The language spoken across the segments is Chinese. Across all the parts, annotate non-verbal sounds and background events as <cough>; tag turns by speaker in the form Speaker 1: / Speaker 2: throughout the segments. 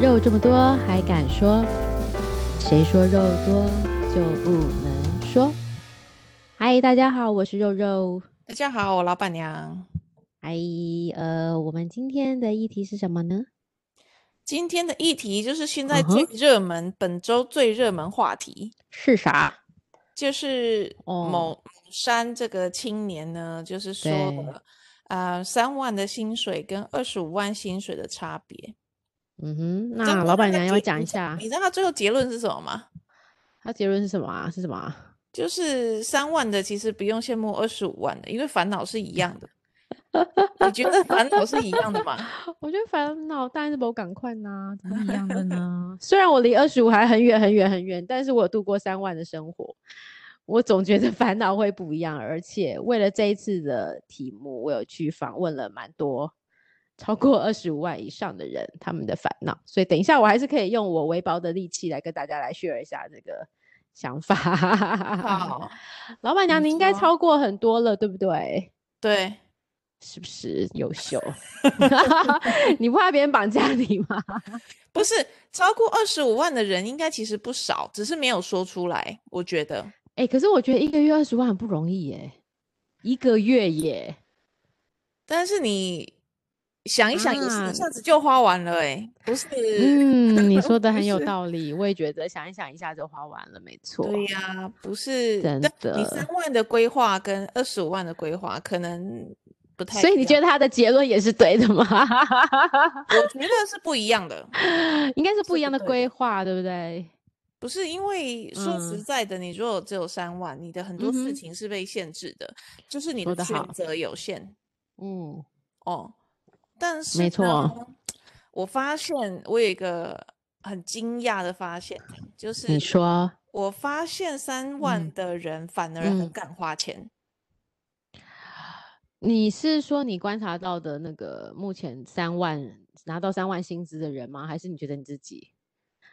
Speaker 1: 肉这么多还敢说？谁说肉多就不能说？嗨，大家好，我是肉肉。
Speaker 2: 大家好，我老板娘。
Speaker 1: 嗨，呃，我们今天的议题是什么呢？
Speaker 2: 今天的议题就是现在
Speaker 1: 嗯哼
Speaker 2: 最热门本周最热门话题，
Speaker 1: 是啥？
Speaker 2: 就是
Speaker 1: 哦
Speaker 2: 某某山这个青年呢，就是说
Speaker 1: 对
Speaker 2: 的，呃，三万的薪水跟二十五万薪水的差别。
Speaker 1: 嗯哼，
Speaker 2: 你知道
Speaker 1: 那
Speaker 2: 他
Speaker 1: 老板
Speaker 2: 的
Speaker 1: 娘要
Speaker 2: 结
Speaker 1: 讲
Speaker 2: 你
Speaker 1: 一
Speaker 2: 知
Speaker 1: 下，
Speaker 2: 你知道他最后结论是什么吗？
Speaker 1: 她结论是什么啊？是什么啊？
Speaker 2: 就是三万的其实不用羡慕二十五万的，因为烦恼是一
Speaker 1: <laughs>
Speaker 2: 样的。你觉得烦恼是一样的吗？
Speaker 1: 我觉得烦恼当然是我赶快呐，怎么会一样的
Speaker 2: <laughs>
Speaker 1: 呢？虽然我离二十五还很远很远很远，但是我有度过三万的生活，我总觉得烦恼会不一样。而且为了这一次的题目，我有去访问了蛮多超过二十五万以上的人，他们的烦恼。所以等一下我还是可以用我微薄的力气来跟大家来 share 一下这个想法。
Speaker 2: 好，
Speaker 1: <laughs> 老板娘，
Speaker 2: 你
Speaker 1: 你应该
Speaker 2: 说
Speaker 1: 超过很多了，对不对？
Speaker 2: 对，
Speaker 1: 是不是优 <laughs> 秀？你不怕别人绑架你吗？
Speaker 2: 不是超过二十五万的人，应该其实不少，只是没有说出来。我觉得
Speaker 1: 哎、可是我觉得一个月二十万很不容易耶，一个月耶。
Speaker 2: 但是你想一想，也是
Speaker 1: 啊
Speaker 2: 一下子就花完了、欸，不是？
Speaker 1: 嗯，你说的
Speaker 2: 不
Speaker 1: 很 <laughs> 有
Speaker 2: 是
Speaker 1: 道理，我也觉得想一想一下就花完了，没错。
Speaker 2: 对呀、不是。
Speaker 1: 真
Speaker 2: 但你
Speaker 1: 的
Speaker 2: 三万的规划跟二十五万的规划可能不太一样，
Speaker 1: 所以你觉
Speaker 2: 得？
Speaker 1: 得他的结论也是对的吗？ <laughs>
Speaker 2: 我觉得是不一样的，
Speaker 1: 应该是不
Speaker 2: 是
Speaker 1: 一样的
Speaker 2: 不对的
Speaker 1: 规划，对不对？
Speaker 2: 不是因为 <laughs> 说实
Speaker 1: 嗯
Speaker 2: 在的，你如果只有三万，你的很多
Speaker 1: 嗯
Speaker 2: 事
Speaker 1: 哼
Speaker 2: 情是被限制的，就是你
Speaker 1: 说
Speaker 2: 的
Speaker 1: 得
Speaker 2: 选
Speaker 1: 好
Speaker 2: 择有限。
Speaker 1: 嗯，
Speaker 2: 哦，但是
Speaker 1: 没错
Speaker 2: 呢，我发现我有一个很惊讶的发现，就是
Speaker 1: 你说
Speaker 2: 我发现三万
Speaker 1: 嗯
Speaker 2: 的人反而很
Speaker 1: 嗯
Speaker 2: 敢花钱，
Speaker 1: 你是说你观察到的那个目前三万拿到三万薪资的人吗？还是你觉得你自己？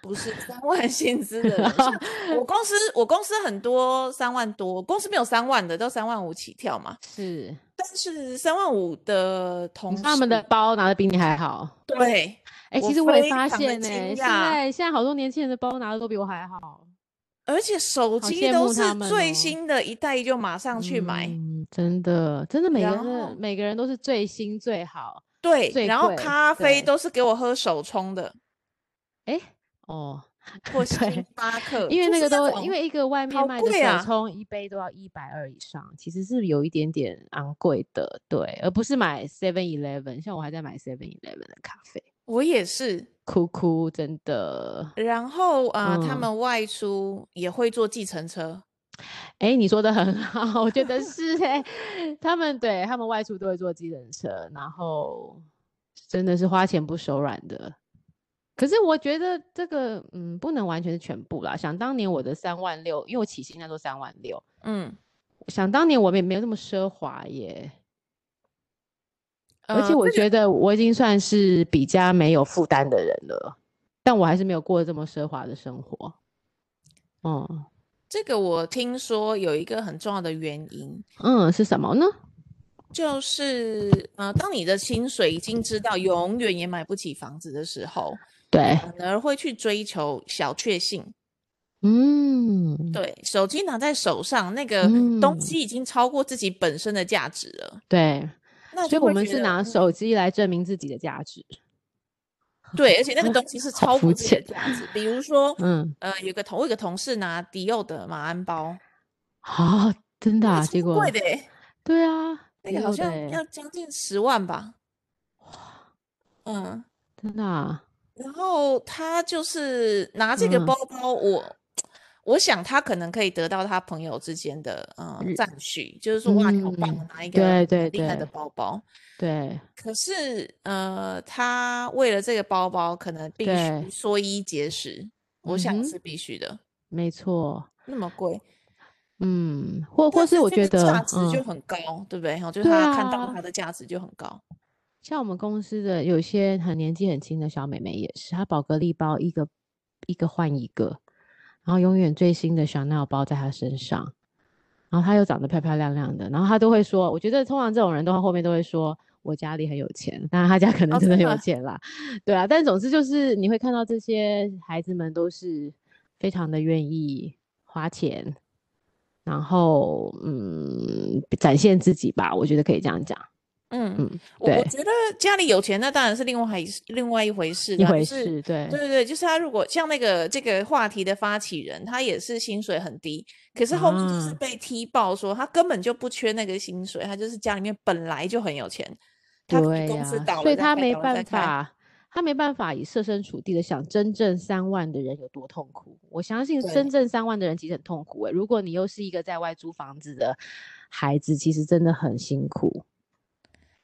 Speaker 2: 不是三万薪资的人。像我公司，我公司很多三万多，我公司没有三万的，都三万五起跳嘛。
Speaker 1: 是，
Speaker 2: 但是三万五的同
Speaker 1: 你
Speaker 2: 事
Speaker 1: 说，他们的包拿的比你还好。
Speaker 2: 对，
Speaker 1: 哎、
Speaker 2: 我
Speaker 1: 其实我也
Speaker 2: 非
Speaker 1: 发
Speaker 2: 常的
Speaker 1: 现呢、
Speaker 2: 惊
Speaker 1: 现
Speaker 2: 讶
Speaker 1: 在现在好多年轻人的包拿的都比我还好，
Speaker 2: 而且手
Speaker 1: 好
Speaker 2: 机
Speaker 1: 羡
Speaker 2: 都
Speaker 1: 慕
Speaker 2: 是
Speaker 1: 他们
Speaker 2: 最
Speaker 1: 哦
Speaker 2: 新的一代就马上去买。
Speaker 1: 嗯，真的，真的每个
Speaker 2: 然
Speaker 1: 人
Speaker 2: 后
Speaker 1: 的每个人都是最新最好。
Speaker 2: 对，
Speaker 1: 最
Speaker 2: 然后
Speaker 1: 贵
Speaker 2: 咖啡
Speaker 1: 对
Speaker 2: 都是给我喝手冲的，
Speaker 1: 哎、哦， <laughs>
Speaker 2: 或
Speaker 1: 对
Speaker 2: 星巴克，
Speaker 1: 因为
Speaker 2: 就
Speaker 1: 那
Speaker 2: 是
Speaker 1: 个都
Speaker 2: 种
Speaker 1: 因为一个外面
Speaker 2: 好
Speaker 1: 卖的
Speaker 2: 贵啊
Speaker 1: 手冲一杯都要一百二以上，其实是有一点点昂贵的，对，而不是买 Seven Eleven，像我还在买 Seven Eleven 的咖啡，
Speaker 2: 我也是。
Speaker 1: 哭哭，真的。
Speaker 2: 然后啊、呃他
Speaker 1: 嗯
Speaker 2: 们外出也会坐计程车，
Speaker 1: 哎、你说的很好，我觉得是哎、他们对他们外出都会坐计程车，然后真的是花钱不手软的。可是我觉得这个，嗯，不能完全是全部啦。想当年我的三万六，因为我起薪那时候三万六，
Speaker 2: 嗯，
Speaker 1: 想当年我们也没有那么奢华耶。而
Speaker 2: 呃
Speaker 1: 且我
Speaker 2: 这个
Speaker 1: 觉得我已经算是比较没有负担的人了，但我还是没有过这么奢华的生活。嗯
Speaker 2: 这个我听说有一个很重要的原因，
Speaker 1: 嗯，是什么呢？
Speaker 2: 就是呃，当你的薪水已经知道永远也买不起房子的时候，
Speaker 1: 对，
Speaker 2: 反而会去追求小确幸。
Speaker 1: 嗯，
Speaker 2: 对，手机拿在手上，那个东
Speaker 1: 嗯
Speaker 2: 西已经超过自己本身的价值了。
Speaker 1: 对，
Speaker 2: 那
Speaker 1: 所以
Speaker 2: 就
Speaker 1: 我
Speaker 2: 会
Speaker 1: 们
Speaker 2: 觉
Speaker 1: 是
Speaker 2: 得嗯
Speaker 1: 拿手机来证明自己的价值。
Speaker 2: 对，而且那个东西是
Speaker 1: 好
Speaker 2: 超
Speaker 1: 肤
Speaker 2: 乎自己的
Speaker 1: 浅
Speaker 2: 价值。比如说，
Speaker 1: 嗯，
Speaker 2: 呃，有个同我有个同事拿迪奥的马鞍包，
Speaker 1: 啊，真的
Speaker 2: 那
Speaker 1: 啊，
Speaker 2: 个
Speaker 1: 结
Speaker 2: 超
Speaker 1: 果
Speaker 2: 贵的欸，
Speaker 1: 对啊，
Speaker 2: 那个
Speaker 1: 也有
Speaker 2: 好
Speaker 1: 的
Speaker 2: 像
Speaker 1: 欸
Speaker 2: 要将近十万吧。嗯，
Speaker 1: 真的啊，
Speaker 2: 然后他就是拿这个
Speaker 1: 嗯
Speaker 2: 包包，我我想他可能可以得到他朋友之间的呃
Speaker 1: 嗯
Speaker 2: 赞许，就是说哇，你好棒，
Speaker 1: 嗯
Speaker 2: 拿一个
Speaker 1: 对对
Speaker 2: 很厉害的
Speaker 1: 对
Speaker 2: 包包。
Speaker 1: 对
Speaker 2: 可是呃，他为了这个包包，可能必须
Speaker 1: 对
Speaker 2: 缩衣节食，我想
Speaker 1: 嗯哼
Speaker 2: 是必须的。
Speaker 1: 没错，
Speaker 2: 那么贵，
Speaker 1: 嗯，或
Speaker 2: 但
Speaker 1: 或是我
Speaker 2: 啊这
Speaker 1: 觉
Speaker 2: 个价
Speaker 1: 得，
Speaker 2: 值就
Speaker 1: 嗯，
Speaker 2: 很高，对不对？哈，就是
Speaker 1: 对
Speaker 2: 他看到
Speaker 1: 啊
Speaker 2: 它的价值就很高。
Speaker 1: 像我们公司的有些很年纪很轻的小妹妹也是，她宝格丽包一个一个换一个，然后永远最新的 Chanel 包在她身上，然后她又长得漂漂亮亮的，然后她都会说，我觉得通常这种人的话，后面都会说，我家里很有钱，那他家可能
Speaker 2: 哦
Speaker 1: 真的很
Speaker 2: 真
Speaker 1: 有
Speaker 2: 的
Speaker 1: 钱啦，对啊。但总之就是你会看到这些孩子们都是非常的愿意花钱，然后嗯展现自己吧，我觉得可以这样讲。
Speaker 2: 嗯
Speaker 1: 嗯，
Speaker 2: 我我
Speaker 1: 对
Speaker 2: 觉得家里有钱那当然是另外一另外一回事
Speaker 1: 一
Speaker 2: 啦，
Speaker 1: 回
Speaker 2: 就是
Speaker 1: 事，对
Speaker 2: 对对对，就是他如果像那个这个话题的发起人，他也是薪水很低，可是后面就是
Speaker 1: 啊
Speaker 2: 被踢爆说他根本就不缺那个薪水，他就是家里面本来就很有钱，他
Speaker 1: 对
Speaker 2: 公司
Speaker 1: 呀
Speaker 2: 倒了
Speaker 1: 所以
Speaker 2: 再
Speaker 1: 他
Speaker 2: 开
Speaker 1: 没
Speaker 2: 倒了再
Speaker 1: 办
Speaker 2: 开
Speaker 1: 法，他没办法以设身处地的想真正三万的人有多痛苦。我相信
Speaker 2: 对
Speaker 1: 真正三万的人其实很痛苦、欸。如果你又是一个在外租房子的孩子，其实真的很辛苦，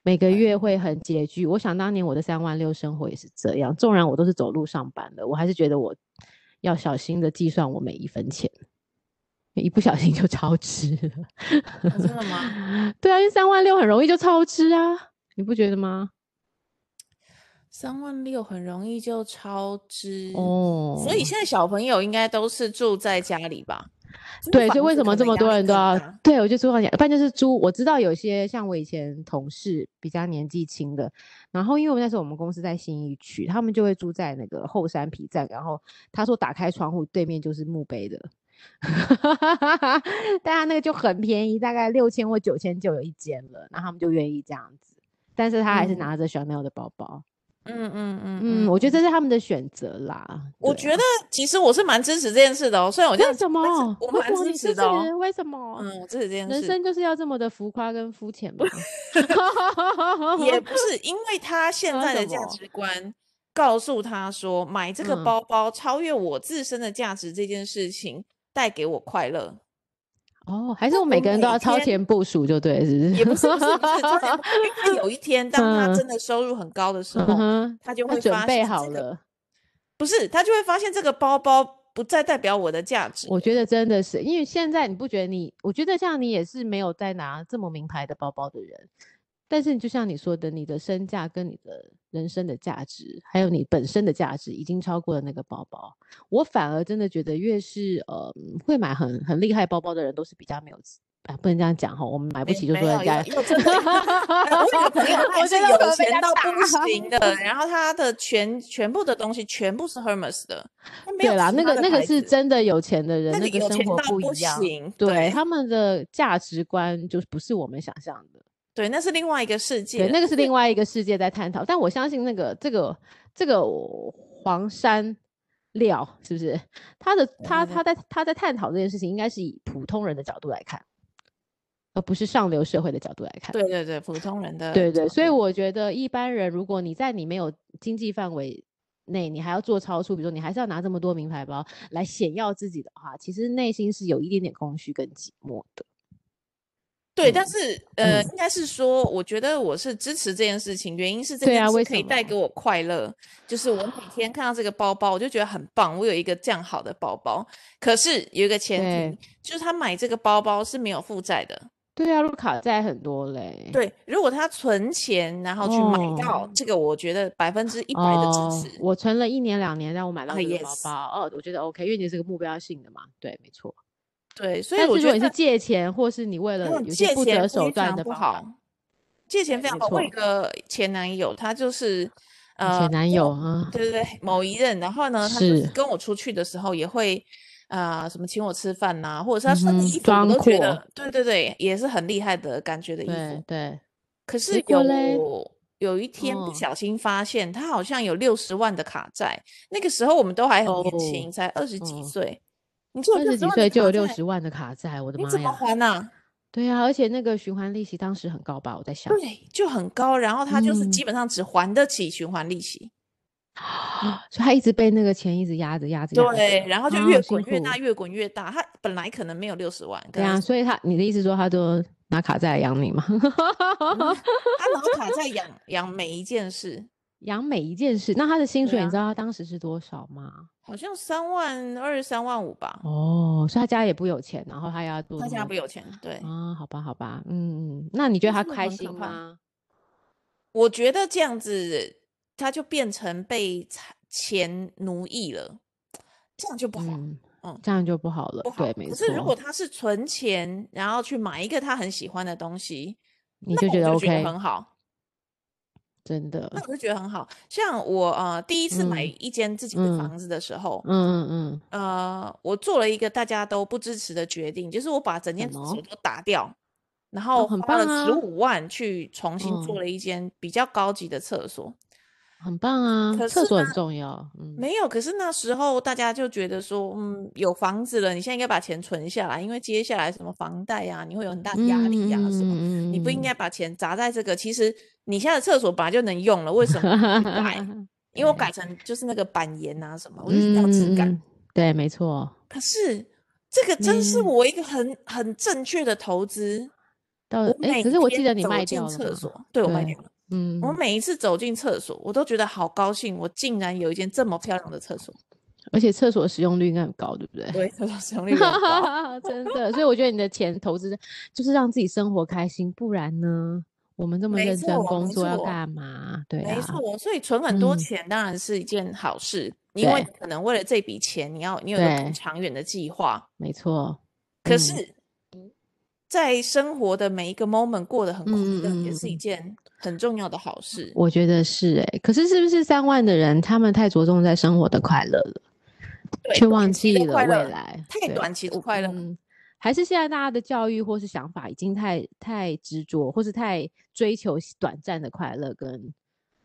Speaker 1: 每个月会很拮据。我想当年我的三万六生活也是这样，纵然我都是走路上班的，我还是觉得我要小心的计算我每一分钱。一不小心就超支了，
Speaker 2: 哦真的吗？
Speaker 1: <laughs> 对啊，因为三万六很容易就超支啊，你不觉得吗？
Speaker 2: 三万六很容易就超支，
Speaker 1: 哦，
Speaker 2: 所以现在小朋友应该都是住在家里吧？租
Speaker 1: 对，所以
Speaker 2: 房
Speaker 1: 为
Speaker 2: 子
Speaker 1: 什么
Speaker 2: 可
Speaker 1: 这
Speaker 2: 能
Speaker 1: 么
Speaker 2: 压
Speaker 1: 多
Speaker 2: 力
Speaker 1: 人都
Speaker 2: 更
Speaker 1: 要
Speaker 2: 大？
Speaker 1: 对我就租房讲，不然就是租。我知道有些像我以前同事比较年纪轻的，然后因为我那时候我们公司在新一区，他们就会住在那个后山皮站，然后他说打开窗户对面就是墓碑的。 <laughs> 但他那个就很便宜，大概六千或九千就有一间了，那他们就愿意这样子。但是他还是
Speaker 2: 嗯
Speaker 1: 拿着 Chanel 的包包，
Speaker 2: 嗯嗯嗯
Speaker 1: 嗯，我觉得这是他们的选择啦。
Speaker 2: 我
Speaker 1: 对啊
Speaker 2: 觉得其实我是蛮支持这件事的哦，虽然我这
Speaker 1: 为
Speaker 2: 样
Speaker 1: 什
Speaker 2: 讲但是
Speaker 1: 么？
Speaker 2: 我
Speaker 1: 为
Speaker 2: 蛮
Speaker 1: 什么你
Speaker 2: 支
Speaker 1: 支
Speaker 2: 持
Speaker 1: 持
Speaker 2: 的哦。？
Speaker 1: 为什么？
Speaker 2: 嗯，我支持这件
Speaker 1: 人
Speaker 2: 事，
Speaker 1: 生就是要这么的浮夸跟肤浅嘛。
Speaker 2: <laughs> 也不是因
Speaker 1: <laughs>
Speaker 2: 为他现
Speaker 1: 啊
Speaker 2: 在
Speaker 1: 什
Speaker 2: 的价
Speaker 1: 么
Speaker 2: 值观告诉他说，买这个
Speaker 1: 嗯
Speaker 2: 包包超越我自身的价值这件事情带给我快乐，
Speaker 1: <laughs> 哦，还是
Speaker 2: 那
Speaker 1: 我每
Speaker 2: 我
Speaker 1: 个人都
Speaker 2: 每
Speaker 1: 要超
Speaker 2: 天
Speaker 1: 前部署，就对了，是不是？
Speaker 2: 也不是不是不是，就是因为他有一天当他
Speaker 1: 嗯
Speaker 2: 真的收入很高的时
Speaker 1: 嗯
Speaker 2: 候，
Speaker 1: 哼
Speaker 2: 他就
Speaker 1: 他
Speaker 2: 会
Speaker 1: 准
Speaker 2: 发
Speaker 1: 备
Speaker 2: 现
Speaker 1: 好
Speaker 2: 这个
Speaker 1: 了。
Speaker 2: 不是，他就会发现这个包包不再代表我的价值。
Speaker 1: 我觉得真的是，因为现在你不觉得你，我觉得像你也是没有在拿这么名牌的包包的人，但是你就像你说的，你的身价跟你的人生的价值，还有你本身的价值，已经超过了那个包包。我反而真的觉得，越是呃会买很很厉害包包的人，都是比较没有自。啊，不能这样讲哈，我们买不
Speaker 2: 没
Speaker 1: 起就
Speaker 2: 没
Speaker 1: 说
Speaker 2: 有
Speaker 1: 人家
Speaker 2: 有有真的有 <laughs> 哎我有个朋友，他也
Speaker 1: 我
Speaker 2: 是
Speaker 1: 觉得我可能
Speaker 2: 有
Speaker 1: 被
Speaker 2: 钱
Speaker 1: 他
Speaker 2: 到
Speaker 1: 打
Speaker 2: 不行的，然后他的全全部的东西全部是 Hermes 的，他没有
Speaker 1: 对啦，
Speaker 2: 其
Speaker 1: 那
Speaker 2: 他
Speaker 1: 个
Speaker 2: 的
Speaker 1: 那个
Speaker 2: 牌
Speaker 1: 是
Speaker 2: 子
Speaker 1: 真的有钱的人，
Speaker 2: 那
Speaker 1: 那
Speaker 2: 个
Speaker 1: 个
Speaker 2: 有
Speaker 1: 生
Speaker 2: 钱
Speaker 1: 活
Speaker 2: 到
Speaker 1: 不一样。
Speaker 2: 行，
Speaker 1: 对
Speaker 2: 对
Speaker 1: 他们的价值观就是不是我们想象的，
Speaker 2: 对，那是另外一个世界
Speaker 1: 对，
Speaker 2: 了，
Speaker 1: 那个是另外一个世界在探讨。但我相信那个这个这个黄山料是不是他的他
Speaker 2: 对
Speaker 1: 他在他在探讨这件事情，应该是以普通人的角度来看，而不是上流社会的角度来看。
Speaker 2: 对对对，普通人的
Speaker 1: 对对，
Speaker 2: 角
Speaker 1: 所以
Speaker 2: 度
Speaker 1: 我觉得一般人，如果你在你没有经济范围内，你还要做超出，比如说你还是要拿这么多名牌包来显耀自己的话，其实内心是有一点点空虚跟寂寞的。
Speaker 2: 对，但
Speaker 1: 嗯
Speaker 2: 是呃，
Speaker 1: 嗯
Speaker 2: 应该是说，我觉得我是支持这件事情，原因是这
Speaker 1: 对
Speaker 2: 件
Speaker 1: 啊
Speaker 2: 事
Speaker 1: 为
Speaker 2: 可以
Speaker 1: 什
Speaker 2: 带
Speaker 1: 么
Speaker 2: 给我快乐，就是我每天看到这个包包，我就觉得很棒，我有一个这样好的包包。可是有一个前
Speaker 1: 对
Speaker 2: 提，就是他买这个包包是没有负债的。
Speaker 1: 对啊，如果卡债很多嘞。
Speaker 2: 对，如果他存钱然后去买到、
Speaker 1: 哦
Speaker 2: 这个，我觉得百分之一百的
Speaker 1: 哦
Speaker 2: 支持。，
Speaker 1: 我存了一年两年，让我买到
Speaker 2: 啊
Speaker 1: 这个
Speaker 2: 也
Speaker 1: 包
Speaker 2: 是
Speaker 1: 包，哦，我觉得 OK，因为你是个目标性的嘛，对，没错。
Speaker 2: 对，所以
Speaker 1: 但是
Speaker 2: 我
Speaker 1: 如
Speaker 2: 觉
Speaker 1: 果
Speaker 2: 得
Speaker 1: 你是借钱，或是你为
Speaker 2: 那
Speaker 1: 了
Speaker 2: 种
Speaker 1: 有
Speaker 2: 借
Speaker 1: 些不
Speaker 2: 钱
Speaker 1: 择
Speaker 2: 非
Speaker 1: 手段
Speaker 2: 常
Speaker 1: 的
Speaker 2: 不
Speaker 1: 方法
Speaker 2: 好，，借钱
Speaker 1: 对
Speaker 2: 非常
Speaker 1: 没
Speaker 2: 不好。我有一
Speaker 1: 错
Speaker 2: 个前男友，他就是呃，
Speaker 1: 前男
Speaker 2: 跟
Speaker 1: 友
Speaker 2: 我
Speaker 1: 啊，
Speaker 2: 对对对，某一任，然后呢，他就是是跟我出去的时候也会，呃，什么请我吃饭呐、或者是他穿
Speaker 1: 嗯
Speaker 2: 的
Speaker 1: 哼
Speaker 2: 衣服，我
Speaker 1: 装
Speaker 2: 都觉
Speaker 1: 阔
Speaker 2: 得，对对对，也是很厉害的感觉的衣
Speaker 1: 对
Speaker 2: 服。
Speaker 1: 对，
Speaker 2: 可
Speaker 1: 结
Speaker 2: 是
Speaker 1: 果嘞
Speaker 2: 有有一天不
Speaker 1: 嗯
Speaker 2: 小心发现，他好像有六十万的卡债。那个时候我们都还很年
Speaker 1: 哦，
Speaker 2: 轻，才二十几
Speaker 1: 嗯。
Speaker 2: 岁。你说
Speaker 1: 二
Speaker 2: 六
Speaker 1: 十
Speaker 2: 十
Speaker 1: 几
Speaker 2: 万的
Speaker 1: 岁就有
Speaker 2: 卡
Speaker 1: 六
Speaker 2: 债，
Speaker 1: 十万的卡债，我的
Speaker 2: 你
Speaker 1: 妈
Speaker 2: 怎么
Speaker 1: 呀！
Speaker 2: 还啊？
Speaker 1: 对啊，而且那个循环利息当时很高吧？我在想，
Speaker 2: 对，就很高，然后他就是
Speaker 1: 嗯，
Speaker 2: 基本上只还得起循环利息。
Speaker 1: 所以他一直被那个钱一直压着、压着、压着，
Speaker 2: 对，然后就
Speaker 1: 啊、
Speaker 2: 越
Speaker 1: 好辛
Speaker 2: 滚越大，
Speaker 1: 苦。
Speaker 2: 越滚越大。他本来可能没有六十万，可
Speaker 1: 对
Speaker 2: 能
Speaker 1: 啊，所以他你的意思说他都拿卡债来养你吗？ <laughs>
Speaker 2: 他老卡在养养每一件事，
Speaker 1: 养每一件事，那他的薪
Speaker 2: 对
Speaker 1: 水你
Speaker 2: 啊，
Speaker 1: 知道他当时是多少吗？
Speaker 2: 好像三万二、三万五吧。
Speaker 1: 哦，所以他家也不有钱，然后他要做
Speaker 2: 他
Speaker 1: 这
Speaker 2: 家
Speaker 1: 么
Speaker 2: 不有钱，对，
Speaker 1: 啊，好吧，好吧，嗯嗯，那你觉得他
Speaker 2: 那真的
Speaker 1: 开
Speaker 2: 很可
Speaker 1: 心
Speaker 2: 怕。
Speaker 1: 吗？
Speaker 2: 我觉得这样子，他就变成被财钱奴役了，这样就不好，
Speaker 1: 嗯，
Speaker 2: 嗯，
Speaker 1: 这样就不好了。
Speaker 2: 不
Speaker 1: 对，
Speaker 2: 好。
Speaker 1: 没
Speaker 2: 可是如
Speaker 1: 错，
Speaker 2: 果他是存钱，然后去买一个他很喜欢的东西，
Speaker 1: 你
Speaker 2: 那
Speaker 1: 就
Speaker 2: 我
Speaker 1: 觉得
Speaker 2: 就觉得
Speaker 1: OK。
Speaker 2: 很好。
Speaker 1: 真的，
Speaker 2: 那我就觉得很好。像我呃第一次买
Speaker 1: 嗯
Speaker 2: 一间自己的
Speaker 1: 嗯
Speaker 2: 房子的时候，
Speaker 1: 嗯嗯
Speaker 2: 呃，我做了一个大家都不支持的决定，就是我把整间
Speaker 1: 什
Speaker 2: 厕
Speaker 1: 么
Speaker 2: 所都打掉，然后
Speaker 1: 很
Speaker 2: 花
Speaker 1: 棒
Speaker 2: 了
Speaker 1: 啊
Speaker 2: 十五万去重新
Speaker 1: 嗯
Speaker 2: 做了一间比较高级的厕所。
Speaker 1: 嗯，很棒啊，
Speaker 2: 可
Speaker 1: 厕
Speaker 2: 是
Speaker 1: 所很
Speaker 2: 呢
Speaker 1: 重要，嗯，
Speaker 2: 没有，可是那时候大家就觉得说，嗯，有房子了，你现在应该把钱存下来，因为接下来什么房贷啊，你会有很大的压力啊，什么，
Speaker 1: 嗯
Speaker 2: 你不应该把钱砸在这个。其实你现在的厕所本来就能用了，为什么不去
Speaker 1: <laughs>
Speaker 2: 改？因为我改成就是那个板岩啊什么，我就是要质感。
Speaker 1: 嗯，对，没错，
Speaker 2: 可是这个真是
Speaker 1: 嗯
Speaker 2: 我一个很很正确的投资。
Speaker 1: 到
Speaker 2: 我
Speaker 1: 哎，
Speaker 2: 每
Speaker 1: 可是我
Speaker 2: 天
Speaker 1: 记得你
Speaker 2: 走
Speaker 1: 卖
Speaker 2: 进
Speaker 1: 掉了
Speaker 2: 厕
Speaker 1: 嘛，
Speaker 2: 所，对我卖
Speaker 1: 对
Speaker 2: 掉了。
Speaker 1: 嗯，
Speaker 2: 我每一次走进厕所，我都觉得好高兴，我竟然有一间这么漂亮的厕所。
Speaker 1: 而且厕所使用率应该很高，对不 <laughs> 对？
Speaker 2: 对，厕所使用率很
Speaker 1: 啊
Speaker 2: 高。
Speaker 1: <laughs> 真的，所以我觉得你的钱投资就是让自己生活开心，不然呢，我们这么
Speaker 2: 没
Speaker 1: 认真
Speaker 2: 错
Speaker 1: 工
Speaker 2: 没
Speaker 1: 作要
Speaker 2: 错
Speaker 1: 干嘛？对啊
Speaker 2: 没，错，所以存很多
Speaker 1: 嗯
Speaker 2: 钱当然是一件好事，因为
Speaker 1: 对
Speaker 2: 可能为了这笔钱，你要你有一个
Speaker 1: 对
Speaker 2: 更长远的计划。
Speaker 1: 没错。
Speaker 2: 可
Speaker 1: 嗯
Speaker 2: 是，在生活的每一个 moment 过得很快乐，
Speaker 1: 嗯嗯嗯
Speaker 2: 也是一
Speaker 1: 嗯
Speaker 2: 件很重要的好事。
Speaker 1: 我觉得是哎、可是是不是三万的人他们太着重在生活的快乐了，
Speaker 2: 对
Speaker 1: 却
Speaker 2: 短
Speaker 1: 忘
Speaker 2: 期
Speaker 1: 记
Speaker 2: 的
Speaker 1: 了
Speaker 2: 快
Speaker 1: 未
Speaker 2: 乐
Speaker 1: 来？
Speaker 2: 太
Speaker 1: 对
Speaker 2: 短期的快乐，
Speaker 1: 嗯，还是现在大家的教育或是想法已经太太执着，或是太追求短暂的快乐跟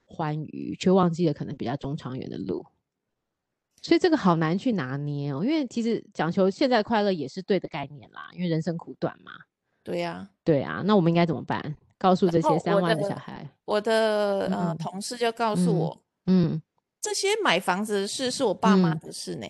Speaker 1: 欢愉，却忘记了可能比较中长远的路。所以这个好难去拿捏哦，因为其实讲求现在快乐也是对的概念啦，因为人生苦短嘛。
Speaker 2: 对呀、
Speaker 1: 对啊，那我们应该怎么办？告诉这
Speaker 2: 然后
Speaker 1: 些三
Speaker 2: 我
Speaker 1: 万的小
Speaker 2: 的
Speaker 1: 孩，
Speaker 2: 我的呃
Speaker 1: 嗯
Speaker 2: 同事就告诉
Speaker 1: 嗯
Speaker 2: 我，
Speaker 1: 嗯
Speaker 2: 这些买房子的事是我爸妈
Speaker 1: 嗯
Speaker 2: 的事呢，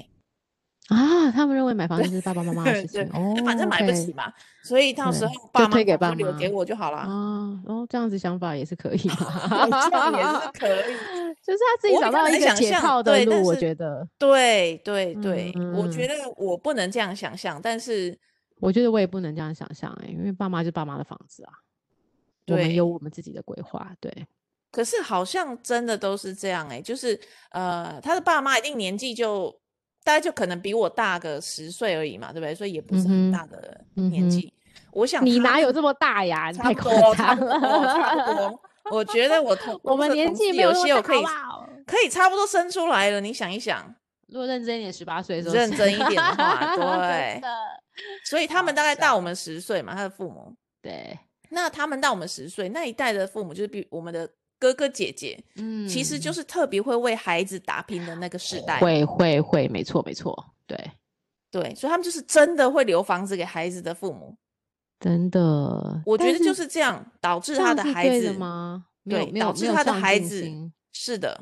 Speaker 1: 啊，他们认为买房子是爸爸妈妈的
Speaker 2: <laughs>
Speaker 1: 事
Speaker 2: 对对
Speaker 1: 情哦
Speaker 2: 那，反正买不
Speaker 1: OK
Speaker 2: 起嘛，所以到时
Speaker 1: 对
Speaker 2: 候
Speaker 1: 就
Speaker 2: 爸妈
Speaker 1: 推给
Speaker 2: 房
Speaker 1: 爸
Speaker 2: 就留给
Speaker 1: 妈
Speaker 2: 我就好啦。
Speaker 1: 哦哦，这样子想法也是可以
Speaker 2: <laughs>
Speaker 1: 的，
Speaker 2: 好像也是可以，
Speaker 1: <laughs> 就是他自己
Speaker 2: 我比
Speaker 1: 找
Speaker 2: 较
Speaker 1: 到
Speaker 2: 难
Speaker 1: 一个
Speaker 2: 想
Speaker 1: 解
Speaker 2: 象
Speaker 1: 套的
Speaker 2: 对
Speaker 1: 路，
Speaker 2: 但
Speaker 1: 我
Speaker 2: 是
Speaker 1: 觉得，
Speaker 2: 对对对，我
Speaker 1: 嗯
Speaker 2: 觉得我不能这样想象，但是
Speaker 1: 我觉得我也不能这样想象哎、因为爸妈就是爸妈的房子啊，我们
Speaker 2: 对
Speaker 1: 有我们自己的规划，对，
Speaker 2: 可是好像真的都是这样哎、就是呃，他的爸妈一定年纪就大概就可能比我大个十岁而已嘛，对不对？所以也不
Speaker 1: 嗯
Speaker 2: 是
Speaker 1: 哼
Speaker 2: 很大的
Speaker 1: 嗯
Speaker 2: 年
Speaker 1: 哼
Speaker 2: 纪。我想
Speaker 1: 你
Speaker 2: 他
Speaker 1: 哪
Speaker 2: 们
Speaker 1: 有这么大呀？你
Speaker 2: 差
Speaker 1: 太
Speaker 2: 不
Speaker 1: 夸
Speaker 2: 多，差
Speaker 1: 张
Speaker 2: 不多，差不
Speaker 1: 了，
Speaker 2: 多。我觉得我同
Speaker 1: 我
Speaker 2: 公司
Speaker 1: 们
Speaker 2: 的
Speaker 1: 年
Speaker 2: 同
Speaker 1: 纪
Speaker 2: 事
Speaker 1: 没有
Speaker 2: 有
Speaker 1: 那么
Speaker 2: 些我
Speaker 1: 大，
Speaker 2: 可以
Speaker 1: 好不好？
Speaker 2: 可以差不多生出来了。你想一想，
Speaker 1: <laughs> 如果认真一点，十八岁的时候
Speaker 2: 认
Speaker 1: 是
Speaker 2: 真一点的
Speaker 1: <laughs>
Speaker 2: 话
Speaker 1: 真
Speaker 2: 对
Speaker 1: 的
Speaker 2: 所以他
Speaker 1: 好
Speaker 2: 们大概大
Speaker 1: 笑
Speaker 2: 我们十岁嘛，他的父母。
Speaker 1: 对，
Speaker 2: 那他们大我们十岁那一代的父母，就是比我们的哥哥姐姐，
Speaker 1: 嗯，
Speaker 2: 其实就是特别会为孩子打拼的那个时代。
Speaker 1: 会会会，没错没错，对，
Speaker 2: 对，所以他们就是真的会留房子给孩子的父母。
Speaker 1: 真的，
Speaker 2: 我觉
Speaker 1: 但
Speaker 2: 得就是这样，导致
Speaker 1: 这
Speaker 2: 他
Speaker 1: 样
Speaker 2: 的
Speaker 1: 是
Speaker 2: 孩
Speaker 1: 对
Speaker 2: 子
Speaker 1: 的？吗？没有
Speaker 2: 对，
Speaker 1: 没有
Speaker 2: 导
Speaker 1: 没
Speaker 2: 致
Speaker 1: 有
Speaker 2: 他的
Speaker 1: 上
Speaker 2: 孩
Speaker 1: 进
Speaker 2: 子
Speaker 1: 心，
Speaker 2: 是的，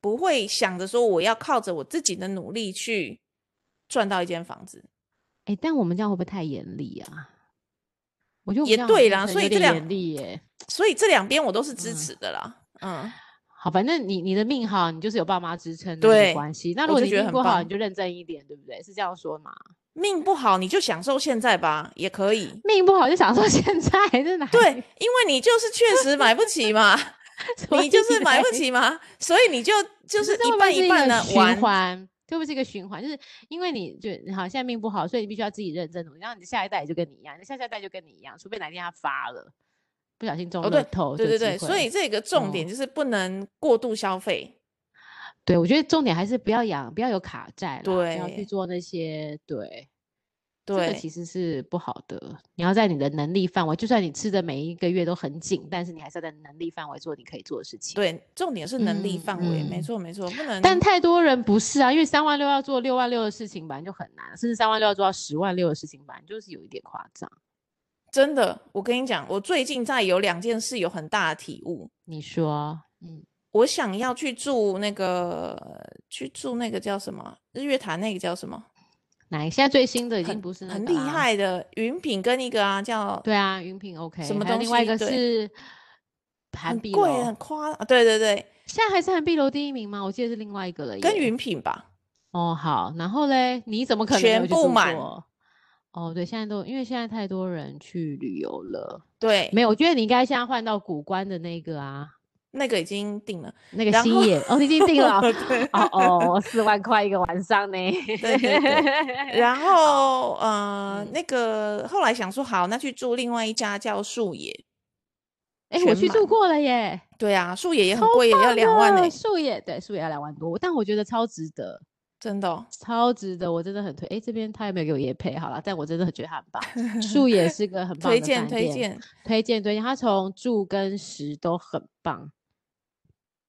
Speaker 2: 不会想着说我要靠着我自己的努力去赚到一间房子。
Speaker 1: 哎、但我们这样会不会太严厉啊？我觉得我们
Speaker 2: 也
Speaker 1: 这样好
Speaker 2: 对
Speaker 1: 像
Speaker 2: 啦
Speaker 1: 可能
Speaker 2: 所
Speaker 1: 有
Speaker 2: 以这
Speaker 1: 点
Speaker 2: 两
Speaker 1: 严厉耶。
Speaker 2: 所以这两边我都是支
Speaker 1: 嗯
Speaker 2: 持的啦。
Speaker 1: <laughs>
Speaker 2: 嗯，
Speaker 1: 好，反正你你的命好，你就是有爸妈支撑，那没
Speaker 2: 对
Speaker 1: 关系。那
Speaker 2: 我
Speaker 1: 如果
Speaker 2: 就
Speaker 1: 你
Speaker 2: 觉得
Speaker 1: 命
Speaker 2: 很
Speaker 1: 不好，
Speaker 2: 棒
Speaker 1: 你就认真一点，对不对？是这样
Speaker 2: <laughs>
Speaker 1: 说嘛？
Speaker 2: 命不好你就享受现在吧，也
Speaker 1: <laughs>
Speaker 2: 可以。
Speaker 1: 命不好就享受现在，这哪
Speaker 2: 对，因为你就是确实买不起
Speaker 1: <laughs>
Speaker 2: 嘛，
Speaker 1: 所
Speaker 2: 你就
Speaker 1: 以
Speaker 2: 是买不
Speaker 1: 嘞，
Speaker 2: 起嘛，所以你就就
Speaker 1: 可
Speaker 2: 是
Speaker 1: 这
Speaker 2: 一
Speaker 1: 会不会
Speaker 2: 半
Speaker 1: 是
Speaker 2: 一半
Speaker 1: 个
Speaker 2: 的
Speaker 1: 循
Speaker 2: 玩。
Speaker 1: 环，会不会是一个循环？就是因为你就好，现在命不好，所以你必须要自己认真努力，然后你的下一代也就跟你一样，你的下下一代就跟你一样，除非哪一天他发了，不小心中
Speaker 2: 哦，
Speaker 1: 乐
Speaker 2: 对，
Speaker 1: 透就
Speaker 2: 对
Speaker 1: 有
Speaker 2: 对
Speaker 1: 机
Speaker 2: 对，所
Speaker 1: 会
Speaker 2: 以这个重点
Speaker 1: 哦
Speaker 2: 就是不能过度消费。
Speaker 1: 对，我觉得重点还是不要养，不要有卡债啦，不要去
Speaker 2: 对
Speaker 1: 做那些，对，这个
Speaker 2: 对
Speaker 1: 其实是不好的。你要在你的能力范围，就算你吃的每一个月都很紧，但是你还是要在能力范围做你可以做的事情。
Speaker 2: 对，重点是能力
Speaker 1: 嗯
Speaker 2: 范围，没
Speaker 1: 嗯
Speaker 2: 错没错，不能。
Speaker 1: 但太多人不是啊，因为三万六要做六万六的事情，本来就很难，甚至三万六要做到十万六的事情，本来就是有一点夸张。
Speaker 2: 真的，我跟你讲，我最近在有两件事有很大的体悟。
Speaker 1: 你说，嗯，
Speaker 2: 我想要去住那个，去住那个叫什么日月潭，那个叫什么，
Speaker 1: 哪一现在最新的已经
Speaker 2: 很
Speaker 1: 不是那
Speaker 2: 很
Speaker 1: 个
Speaker 2: 厉
Speaker 1: 啦，
Speaker 2: 害的云品跟一个啊叫
Speaker 1: 对啊，云品 OK，
Speaker 2: 什么
Speaker 1: 还有
Speaker 2: 东
Speaker 1: 另外一
Speaker 2: 西
Speaker 1: 个
Speaker 2: 对
Speaker 1: 是韩
Speaker 2: 很
Speaker 1: 碧
Speaker 2: 贵
Speaker 1: 楼
Speaker 2: 很，夸啊，对对对，
Speaker 1: 现在还是韩碧楼第一名吗？我记得是另外一个了耶，
Speaker 2: 跟云品吧，
Speaker 1: 哦，好，然后嘞，你怎么可能没
Speaker 2: 全
Speaker 1: 有去
Speaker 2: 部
Speaker 1: 住
Speaker 2: 满
Speaker 1: 过？哦，对，现在都因为现在太多人去旅游了，
Speaker 2: 对，
Speaker 1: 没有，我觉得你应该现在换到古关的那个啊，
Speaker 2: 那个已经定了，
Speaker 1: 那个
Speaker 2: 然
Speaker 1: 新
Speaker 2: 后
Speaker 1: 野，哦，你已经订了哦，
Speaker 2: <laughs> 对
Speaker 1: 哦哦，四万块一个晚上呢，
Speaker 2: 对
Speaker 1: <laughs>
Speaker 2: 对对，然后呃，
Speaker 1: 嗯
Speaker 2: 那个后来想说好，那去住另外一家叫树野，
Speaker 1: 哎，我
Speaker 2: 全
Speaker 1: 去住
Speaker 2: 满
Speaker 1: 过了耶，
Speaker 2: 对啊，树野也很
Speaker 1: 超
Speaker 2: 贵，也要
Speaker 1: 棒
Speaker 2: 两万呢、
Speaker 1: 的树也对，树也要两万多，但我觉得超值得，
Speaker 2: 真的、哦。
Speaker 1: 超值得，我真的很推。哎，这边他有没有给我也配好了？但我真的很觉得他很
Speaker 2: <laughs>
Speaker 1: 棒，树也是个很棒
Speaker 2: 推
Speaker 1: 的
Speaker 2: 荐
Speaker 1: 饭
Speaker 2: 推
Speaker 1: 店
Speaker 2: 荐，
Speaker 1: 推荐推荐，他从住跟食都很棒。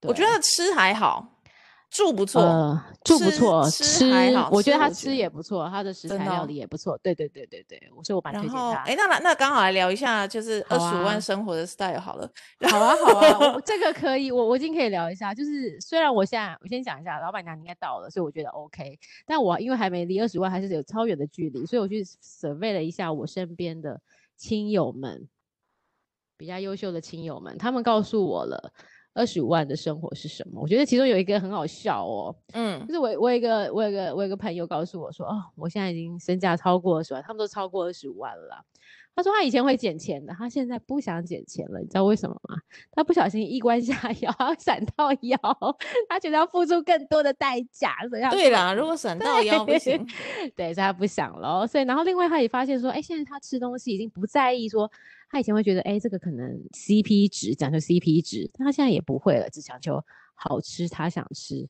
Speaker 2: 我觉
Speaker 1: 对
Speaker 2: 得吃还好，住不错。
Speaker 1: 呃，住不
Speaker 2: 吃
Speaker 1: 错，
Speaker 2: 吃还好
Speaker 1: 我觉得
Speaker 2: 吃
Speaker 1: 他
Speaker 2: 我觉
Speaker 1: 吃
Speaker 2: 得
Speaker 1: 也不错，他的食
Speaker 2: 真
Speaker 1: 材
Speaker 2: 的
Speaker 1: 料
Speaker 2: 哦
Speaker 1: 理也不错。对对对对对，我所以我蛮推
Speaker 2: 然
Speaker 1: 荐
Speaker 2: 后，
Speaker 1: 他。
Speaker 2: 哎，那来那刚好来聊一下，就是
Speaker 1: 好
Speaker 2: 二十五
Speaker 1: 啊
Speaker 2: 万生活的 style 好了。
Speaker 1: 好啊，好啊，我这个可以，我我已经可以聊一下。就是虽然我现在我先讲一下，老板娘应该到了，所以我觉得 OK。但我因为还没离二十万，还是有超远的距离，所以我去 survey 了一下我身边的亲友们，比较优秀的亲友们，他们告诉我了二十五万的生活是什么。我觉得其中有一个很好笑哦，
Speaker 2: 嗯
Speaker 1: 就是我我有一个我有一个我有一个朋友告诉我说，哦，我现在已经身价超过二十万，他们都超过二十五万了啦。他说他以前会捡钱的，他现在不想捡钱了，你知道为什么吗？他不小心一关下 <laughs> 腰，他闪到腰，他觉得要付出更多的代价，所以他
Speaker 2: 对
Speaker 1: 做
Speaker 2: 啦，如果闪到腰不行，
Speaker 1: 对，所以他不想喽。所以，然后另外他也发现说，哎，现在他吃东西已经不在意说，他以前会觉得，哎，这个可能 CP 值讲究 CP 值，但他现在也不会了，只讲究好吃，他想吃，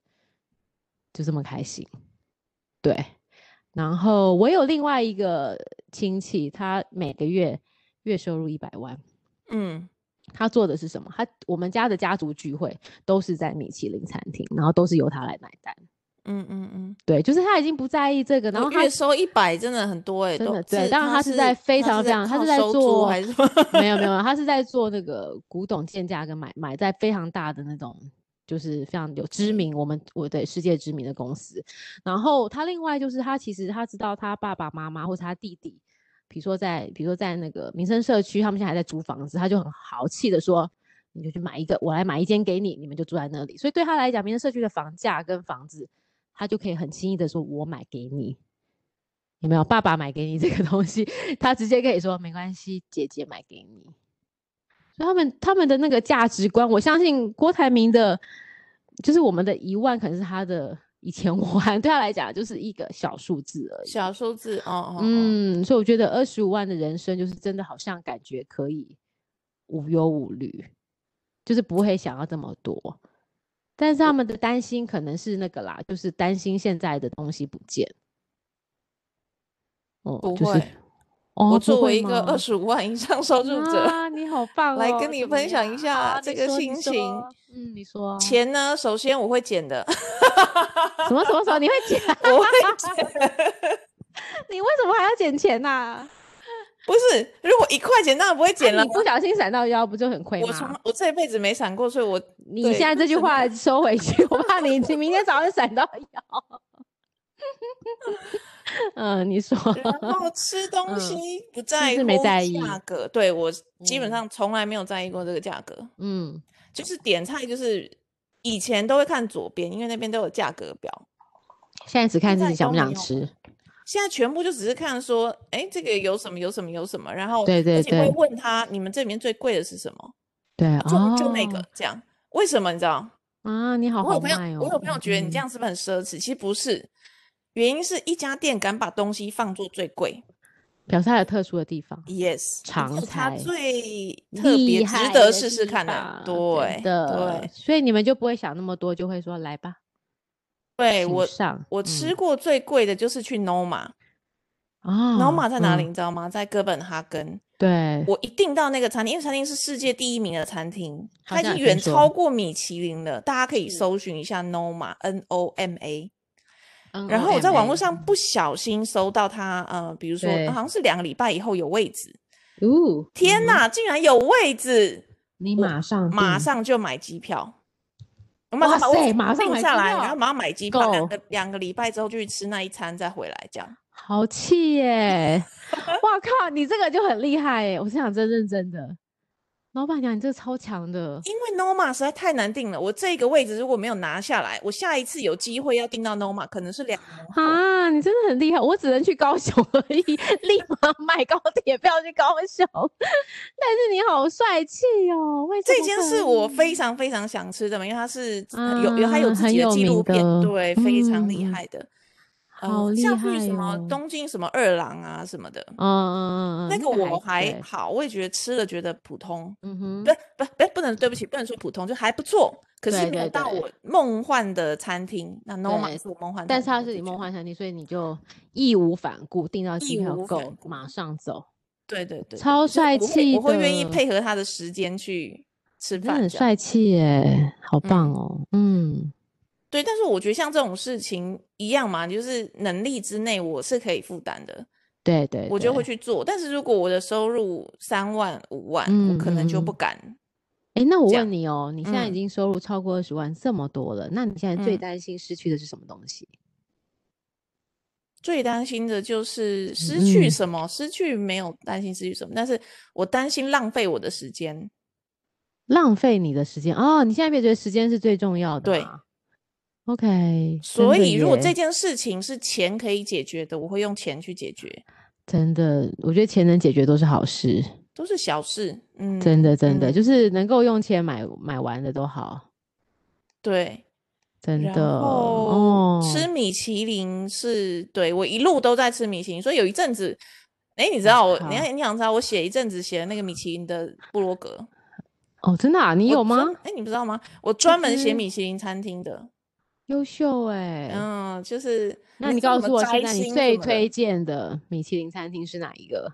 Speaker 1: 就这么开心。对，然后我有另外一个亲戚，他每个月月收入一百万。
Speaker 2: 嗯，
Speaker 1: 他做的是什么？他我们家的家族聚会都是在米其林餐厅，然后都是由他来买单。
Speaker 2: 嗯嗯嗯，
Speaker 1: 对，就是他已经不在意这个，然后
Speaker 2: 我
Speaker 1: 他
Speaker 2: 哦月收一百真的很多哎、欸，
Speaker 1: 真
Speaker 2: 都
Speaker 1: 的对
Speaker 2: 是
Speaker 1: 当然
Speaker 2: 他
Speaker 1: 他是在非常非常他
Speaker 2: 靠
Speaker 1: 是在
Speaker 2: 收租
Speaker 1: 做
Speaker 2: 还是什么
Speaker 1: <laughs>
Speaker 2: <laughs>
Speaker 1: 没有没有，他是在做那个古董鉴价跟买买在非常大的那种，就是非常有知名，我们我对世界知名的公司。然后他另外就是他其实他知道他爸爸妈妈或者他弟弟，比如说在比如说在那个民生社区，他们现在还在租房子，他就很豪气的说。你就去买一个，我来买一间给你，你们就住在那里。所以对他来讲，民生社区的房价跟房子，他就可以很轻易的说：“我买给你。”有没有爸爸买给你这个东西？他直接可以说没关系，姐姐买给你。所以他们他们的那个价值观，我相信郭台铭的，就是我们的一万，可能是他的一千万， <laughs> 对他来讲就是一个小数字而已。
Speaker 2: 小数字哦哦，嗯，
Speaker 1: 嗯，所以我觉得二十五万的人生就是真的好像感觉可以无忧无虑，就是不会想要这么多。但是他们的担心可能是那个啦，就是担心现在的东西不见。哦，
Speaker 2: 不
Speaker 1: 就是
Speaker 2: 会，
Speaker 1: 哦，
Speaker 2: 我
Speaker 1: 不
Speaker 2: 作
Speaker 1: 会
Speaker 2: 为一个
Speaker 1: 吗
Speaker 2: 二十五万以上收入者，
Speaker 1: 啊，你好棒哦！
Speaker 2: 来跟你
Speaker 1: 怎么
Speaker 2: 分享一
Speaker 1: 样
Speaker 2: 下
Speaker 1: 啊
Speaker 2: 这
Speaker 1: 你
Speaker 2: 个
Speaker 1: 说
Speaker 2: 心。
Speaker 1: 你
Speaker 2: 情
Speaker 1: 说嗯，你说
Speaker 2: 钱呢，首先我会减的，
Speaker 1: 什么什么什么？你会减？
Speaker 2: <laughs> 我会减，
Speaker 1: <laughs> 你为什么还要减钱呐？
Speaker 2: 不是，如果一块钱当然不会减
Speaker 1: 啊
Speaker 2: 了
Speaker 1: 你。不小心闪到腰，不就很亏吗？
Speaker 2: 我从我这辈子没闪过，所以
Speaker 1: <laughs>
Speaker 2: 我
Speaker 1: 你
Speaker 2: 对
Speaker 1: 现在这句
Speaker 2: 真的
Speaker 1: 话收回去，我怕你你明天早上闪到腰。 <laughs> 嗯，你说，
Speaker 2: 然后吃东
Speaker 1: 嗯
Speaker 2: 西不在
Speaker 1: 是
Speaker 2: 乎
Speaker 1: 没在
Speaker 2: 价
Speaker 1: 意
Speaker 2: 格，对我基本
Speaker 1: 嗯
Speaker 2: 上从来没有在意过这个价格，
Speaker 1: 嗯，
Speaker 2: 就是点菜就是以前都会看左边，因为那边都有价格表，
Speaker 1: 现在只看自
Speaker 2: 在
Speaker 1: 己想不
Speaker 2: 都
Speaker 1: 想
Speaker 2: 没有
Speaker 1: 吃。
Speaker 2: 现在全部就只是看说，哎，这个有什么有什么有什么，然后
Speaker 1: 对对
Speaker 2: 而且会
Speaker 1: 对
Speaker 2: 问他你们这里面最贵的是什么，
Speaker 1: 对，
Speaker 2: 就就那
Speaker 1: 哦
Speaker 2: 个这样，为什么你知道？
Speaker 1: 啊，你好
Speaker 2: 我
Speaker 1: 豪
Speaker 2: 有朋
Speaker 1: 迈
Speaker 2: 友，
Speaker 1: 哦。
Speaker 2: 我有朋友觉得你这
Speaker 1: 嗯
Speaker 2: 样是不是很奢侈？其实不是，原因是一家店敢把东西放做最贵
Speaker 1: 表示它有特殊的地方，
Speaker 2: ，yes，只
Speaker 1: 常
Speaker 2: 有它
Speaker 1: 才
Speaker 2: 最特别
Speaker 1: 厉
Speaker 2: 值
Speaker 1: 害
Speaker 2: 得
Speaker 1: 的
Speaker 2: 试试
Speaker 1: 地
Speaker 2: 看
Speaker 1: 方
Speaker 2: 对
Speaker 1: 真的
Speaker 2: 对，
Speaker 1: 所以你们就不会想那么多，就会说来吧。
Speaker 2: 对，
Speaker 1: 请
Speaker 2: 我
Speaker 1: 上嗯
Speaker 2: 我吃过最贵的就是去 Noma，Noma
Speaker 1: 啊
Speaker 2: 在哪？里
Speaker 1: 嗯
Speaker 2: 你知道吗？在哥本哈根，
Speaker 1: 对，
Speaker 2: 我一定到那个餐厅，因为餐厅是世界第一名的餐厅，
Speaker 1: 好
Speaker 2: 它已
Speaker 1: 像有听
Speaker 2: 经远
Speaker 1: 说嗯
Speaker 2: 超过米其林了，大家可以
Speaker 1: 是
Speaker 2: 搜寻一下 Noma，N O M A。
Speaker 1: 嗯
Speaker 2: 然后我在网络，
Speaker 1: NOMA
Speaker 2: 上不小心搜到他，呃，比如说、
Speaker 1: 对
Speaker 2: 好像是两个礼拜以后有位置，
Speaker 1: 哦，
Speaker 2: 天
Speaker 1: 嗯，
Speaker 2: 哪，竟然有位置，
Speaker 1: 你
Speaker 2: 我
Speaker 1: 马上
Speaker 2: 马
Speaker 1: 订
Speaker 2: 上就买机票。我
Speaker 1: 嗯哇
Speaker 2: 马上把位
Speaker 1: 塞
Speaker 2: 置
Speaker 1: 马上
Speaker 2: 定
Speaker 1: 买
Speaker 2: 下
Speaker 1: 机
Speaker 2: 来，然
Speaker 1: 票
Speaker 2: 后马上买机票，两
Speaker 1: 够
Speaker 2: 个两个礼拜之后就去吃那一餐，再回来这样。
Speaker 1: 好气耶！哇靠，你这个就很厉害耶！我是想真认真的，老板娘，你这个超强的，
Speaker 2: 因为 Noma 实在太难定了，我这个位置如果没有拿下来，我下一次有机会要定到 Noma 可能是两年后。
Speaker 1: 啊，你真的很厉害，我只能去高雄而已，立马买高铁票去高雄。但是你好帅气哦，为什
Speaker 2: 这
Speaker 1: 么
Speaker 2: 间
Speaker 1: 可
Speaker 2: 是我
Speaker 1: 以
Speaker 2: 非常非常想吃的嘛，因为它是、呃有有它有
Speaker 1: 啊
Speaker 2: 自
Speaker 1: 很
Speaker 2: 己的
Speaker 1: 有
Speaker 2: 纪录
Speaker 1: 名
Speaker 2: 片，
Speaker 1: 的
Speaker 2: 对，非常厉
Speaker 1: 嗯
Speaker 2: 害的。呃
Speaker 1: 好厉
Speaker 2: 像去
Speaker 1: 害
Speaker 2: 什么
Speaker 1: 哦
Speaker 2: 东京什么二郎啊什么的，
Speaker 1: 嗯嗯嗯嗯，
Speaker 2: 那个我还
Speaker 1: 还好，
Speaker 2: 好，我也觉得吃了觉得普通，
Speaker 1: 嗯哼
Speaker 2: 不，不不不能对不起，不能说普通，就还不错，可是
Speaker 1: 对
Speaker 2: 没有
Speaker 1: 对
Speaker 2: 到
Speaker 1: 对
Speaker 2: 我梦幻的餐厅。那 Norma
Speaker 1: 对
Speaker 2: 是我梦幻餐厅，
Speaker 1: 但是它
Speaker 2: 我
Speaker 1: 是
Speaker 2: 就
Speaker 1: 你
Speaker 2: 觉
Speaker 1: 梦
Speaker 2: 得，
Speaker 1: 幻餐厅，所以你就义无反顾订到机
Speaker 2: 义
Speaker 1: 票
Speaker 2: 无反
Speaker 1: 购，
Speaker 2: 顾
Speaker 1: 马上走，
Speaker 2: 对对对，对
Speaker 1: 超
Speaker 2: 就是
Speaker 1: 帅
Speaker 2: 我会
Speaker 1: 气
Speaker 2: 我会愿意
Speaker 1: 的
Speaker 2: 配合他的时间去吃
Speaker 1: 真的
Speaker 2: 饭，
Speaker 1: 很
Speaker 2: 这样
Speaker 1: 帅气耶，好
Speaker 2: 嗯
Speaker 1: 棒哦，嗯，
Speaker 2: 对。但是我觉得像这种事情一样嘛，就是能力之内我是可以负担的，
Speaker 1: 对对，
Speaker 2: 我就会
Speaker 1: 对。
Speaker 2: 去做。但是如果我的收入三万五万，我
Speaker 1: 嗯
Speaker 2: 可能就
Speaker 1: 嗯
Speaker 2: 不敢。
Speaker 1: 哎，那我
Speaker 2: 这样
Speaker 1: 问你哦，你现在已
Speaker 2: 嗯
Speaker 1: 经收入超过二十万这么多了，那你现在最
Speaker 2: 嗯，
Speaker 1: 担心失去的是什么东西？
Speaker 2: 最担心的就是失去
Speaker 1: 嗯，
Speaker 2: 什么，失去没有担心失去什么，但是我担心浪费我的时间。
Speaker 1: 浪费你的时间哦，你现在没有觉得时间是最重要的
Speaker 2: 对，
Speaker 1: 吗？OK，真
Speaker 2: 所
Speaker 1: 的
Speaker 2: 以如果这
Speaker 1: 耶，
Speaker 2: 件事情是钱可以解决的，我会用钱去解决，
Speaker 1: 真的，我觉得钱能解决都是好事，
Speaker 2: 都是小事。
Speaker 1: 真
Speaker 2: 嗯
Speaker 1: 的真的，
Speaker 2: 嗯，
Speaker 1: 就是能够用钱买买完的都好，
Speaker 2: 对。
Speaker 1: 真的
Speaker 2: 然后吃
Speaker 1: 哦，
Speaker 2: 米其林是对我一路都在吃米其林，所以有一阵子，哎，你知
Speaker 1: 哇
Speaker 2: 道我，你
Speaker 1: 靠，
Speaker 2: 看你想知道我写一阵子写的那个米其林的部落格，
Speaker 1: 哦，真的啊，你
Speaker 2: 我
Speaker 1: 有
Speaker 2: 专
Speaker 1: 吗？
Speaker 2: 哎你不知道吗？我
Speaker 1: 不
Speaker 2: 专门写
Speaker 1: 知，
Speaker 2: 米其林餐厅的。
Speaker 1: 优秀哎，
Speaker 2: 嗯，就是
Speaker 1: 那
Speaker 2: 你
Speaker 1: 你
Speaker 2: 知道
Speaker 1: 告
Speaker 2: 什么
Speaker 1: 诉我现
Speaker 2: 摘
Speaker 1: 在你
Speaker 2: 星什
Speaker 1: 最
Speaker 2: 么的，
Speaker 1: 推荐的米其林餐厅是哪一个？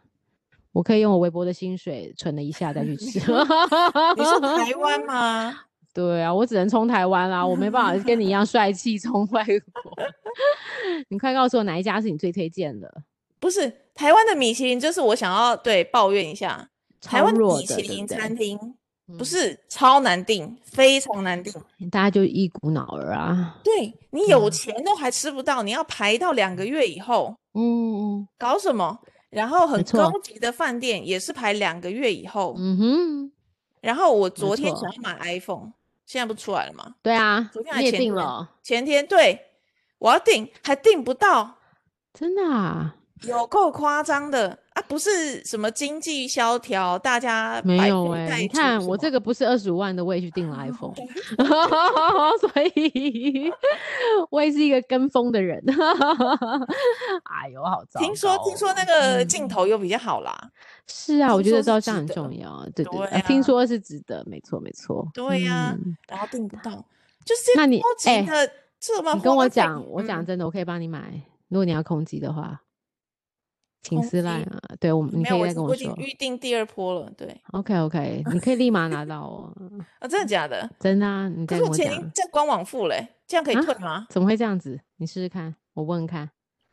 Speaker 1: 我可以用我微薄的薪水存了一下再去
Speaker 2: 你 <laughs>
Speaker 1: 吃。 <laughs>
Speaker 2: 说你说台湾吗？
Speaker 1: 对啊，我只能冲台湾啦，我没办法跟你一样帅气冲外国。 <laughs> 你快告诉我哪一家是你最推荐的？
Speaker 2: 不是台湾的米其林，就是我想要对抱怨一下，台
Speaker 1: 超
Speaker 2: 湾的
Speaker 1: 弱
Speaker 2: 米
Speaker 1: 的，
Speaker 2: 其
Speaker 1: 对不
Speaker 2: 林
Speaker 1: 对？
Speaker 2: 餐厅
Speaker 1: 嗯，
Speaker 2: 不是超难订，非常难订。
Speaker 1: 大家就一股脑儿啊。
Speaker 2: 对你
Speaker 1: 对
Speaker 2: 有
Speaker 1: 啊，
Speaker 2: 钱都还吃不到，你要排到两个月以后，
Speaker 1: 嗯嗯，
Speaker 2: 搞什么？然后
Speaker 1: 没
Speaker 2: 很
Speaker 1: 错，
Speaker 2: 高级的饭店也是排两个月以后。
Speaker 1: 嗯哼，
Speaker 2: 然后我
Speaker 1: 没
Speaker 2: 昨天想
Speaker 1: 错，
Speaker 2: 要买 iPhone，现在不出来了吗？
Speaker 1: 对啊，
Speaker 2: 昨天还
Speaker 1: 你也
Speaker 2: 前
Speaker 1: 定
Speaker 2: 天，
Speaker 1: 了，
Speaker 2: 前天对，我要订还订不到，
Speaker 1: 真的啊？
Speaker 2: 有够夸张的啊！不是什么经济萧条，大家
Speaker 1: 没
Speaker 2: 百
Speaker 1: 有
Speaker 2: 废
Speaker 1: 哎、
Speaker 2: 待
Speaker 1: 你
Speaker 2: 举
Speaker 1: 看
Speaker 2: 什
Speaker 1: 我
Speaker 2: 么？嗯
Speaker 1: 这个不是二十五万的，我也去
Speaker 2: <laughs>
Speaker 1: 订了 iPhone，
Speaker 2: 对
Speaker 1: <laughs> 所以我也是一个跟风的人。 <laughs> 哎呦，好糟
Speaker 2: 听说
Speaker 1: 糕
Speaker 2: 听说那
Speaker 1: 哦！
Speaker 2: 个镜
Speaker 1: 嗯，
Speaker 2: 头又比较好啦，
Speaker 1: 是啊，我觉
Speaker 2: 听说
Speaker 1: 得
Speaker 2: 是
Speaker 1: 照相
Speaker 2: 值
Speaker 1: 很
Speaker 2: 得。
Speaker 1: 重要啊。对对对，
Speaker 2: 对
Speaker 1: 啊，听
Speaker 2: 呀、
Speaker 1: 说是值得，没错没错。
Speaker 2: 对呀、
Speaker 1: 嗯，
Speaker 2: 然后订不到，就是这
Speaker 1: 那你
Speaker 2: 高级
Speaker 1: 哎、
Speaker 2: 的这么
Speaker 1: 你跟
Speaker 2: 花
Speaker 1: 我
Speaker 2: 费，
Speaker 1: 讲，我讲
Speaker 2: 嗯，
Speaker 1: 真的，我可以帮你买。如果你要空机的话，请
Speaker 2: 空
Speaker 1: 私赖
Speaker 2: 机
Speaker 1: 啊。对我，你
Speaker 2: 没
Speaker 1: 可
Speaker 2: 有，
Speaker 1: 以
Speaker 2: 我
Speaker 1: 再
Speaker 2: 已经
Speaker 1: 跟我
Speaker 2: 我
Speaker 1: 说。
Speaker 2: 已经预定第二波了，对
Speaker 1: OK
Speaker 2: <laughs>
Speaker 1: OK，你可以立马拿到哦。
Speaker 2: 啊，真的假的？
Speaker 1: 真的啊，你
Speaker 2: 可
Speaker 1: 再跟
Speaker 2: 是我
Speaker 1: 我
Speaker 2: 钱已经
Speaker 1: 讲。
Speaker 2: 在官网付嘞，这样可以
Speaker 1: 啊？
Speaker 2: 退吗？
Speaker 1: 怎么会这样子？你试试看，我问问看。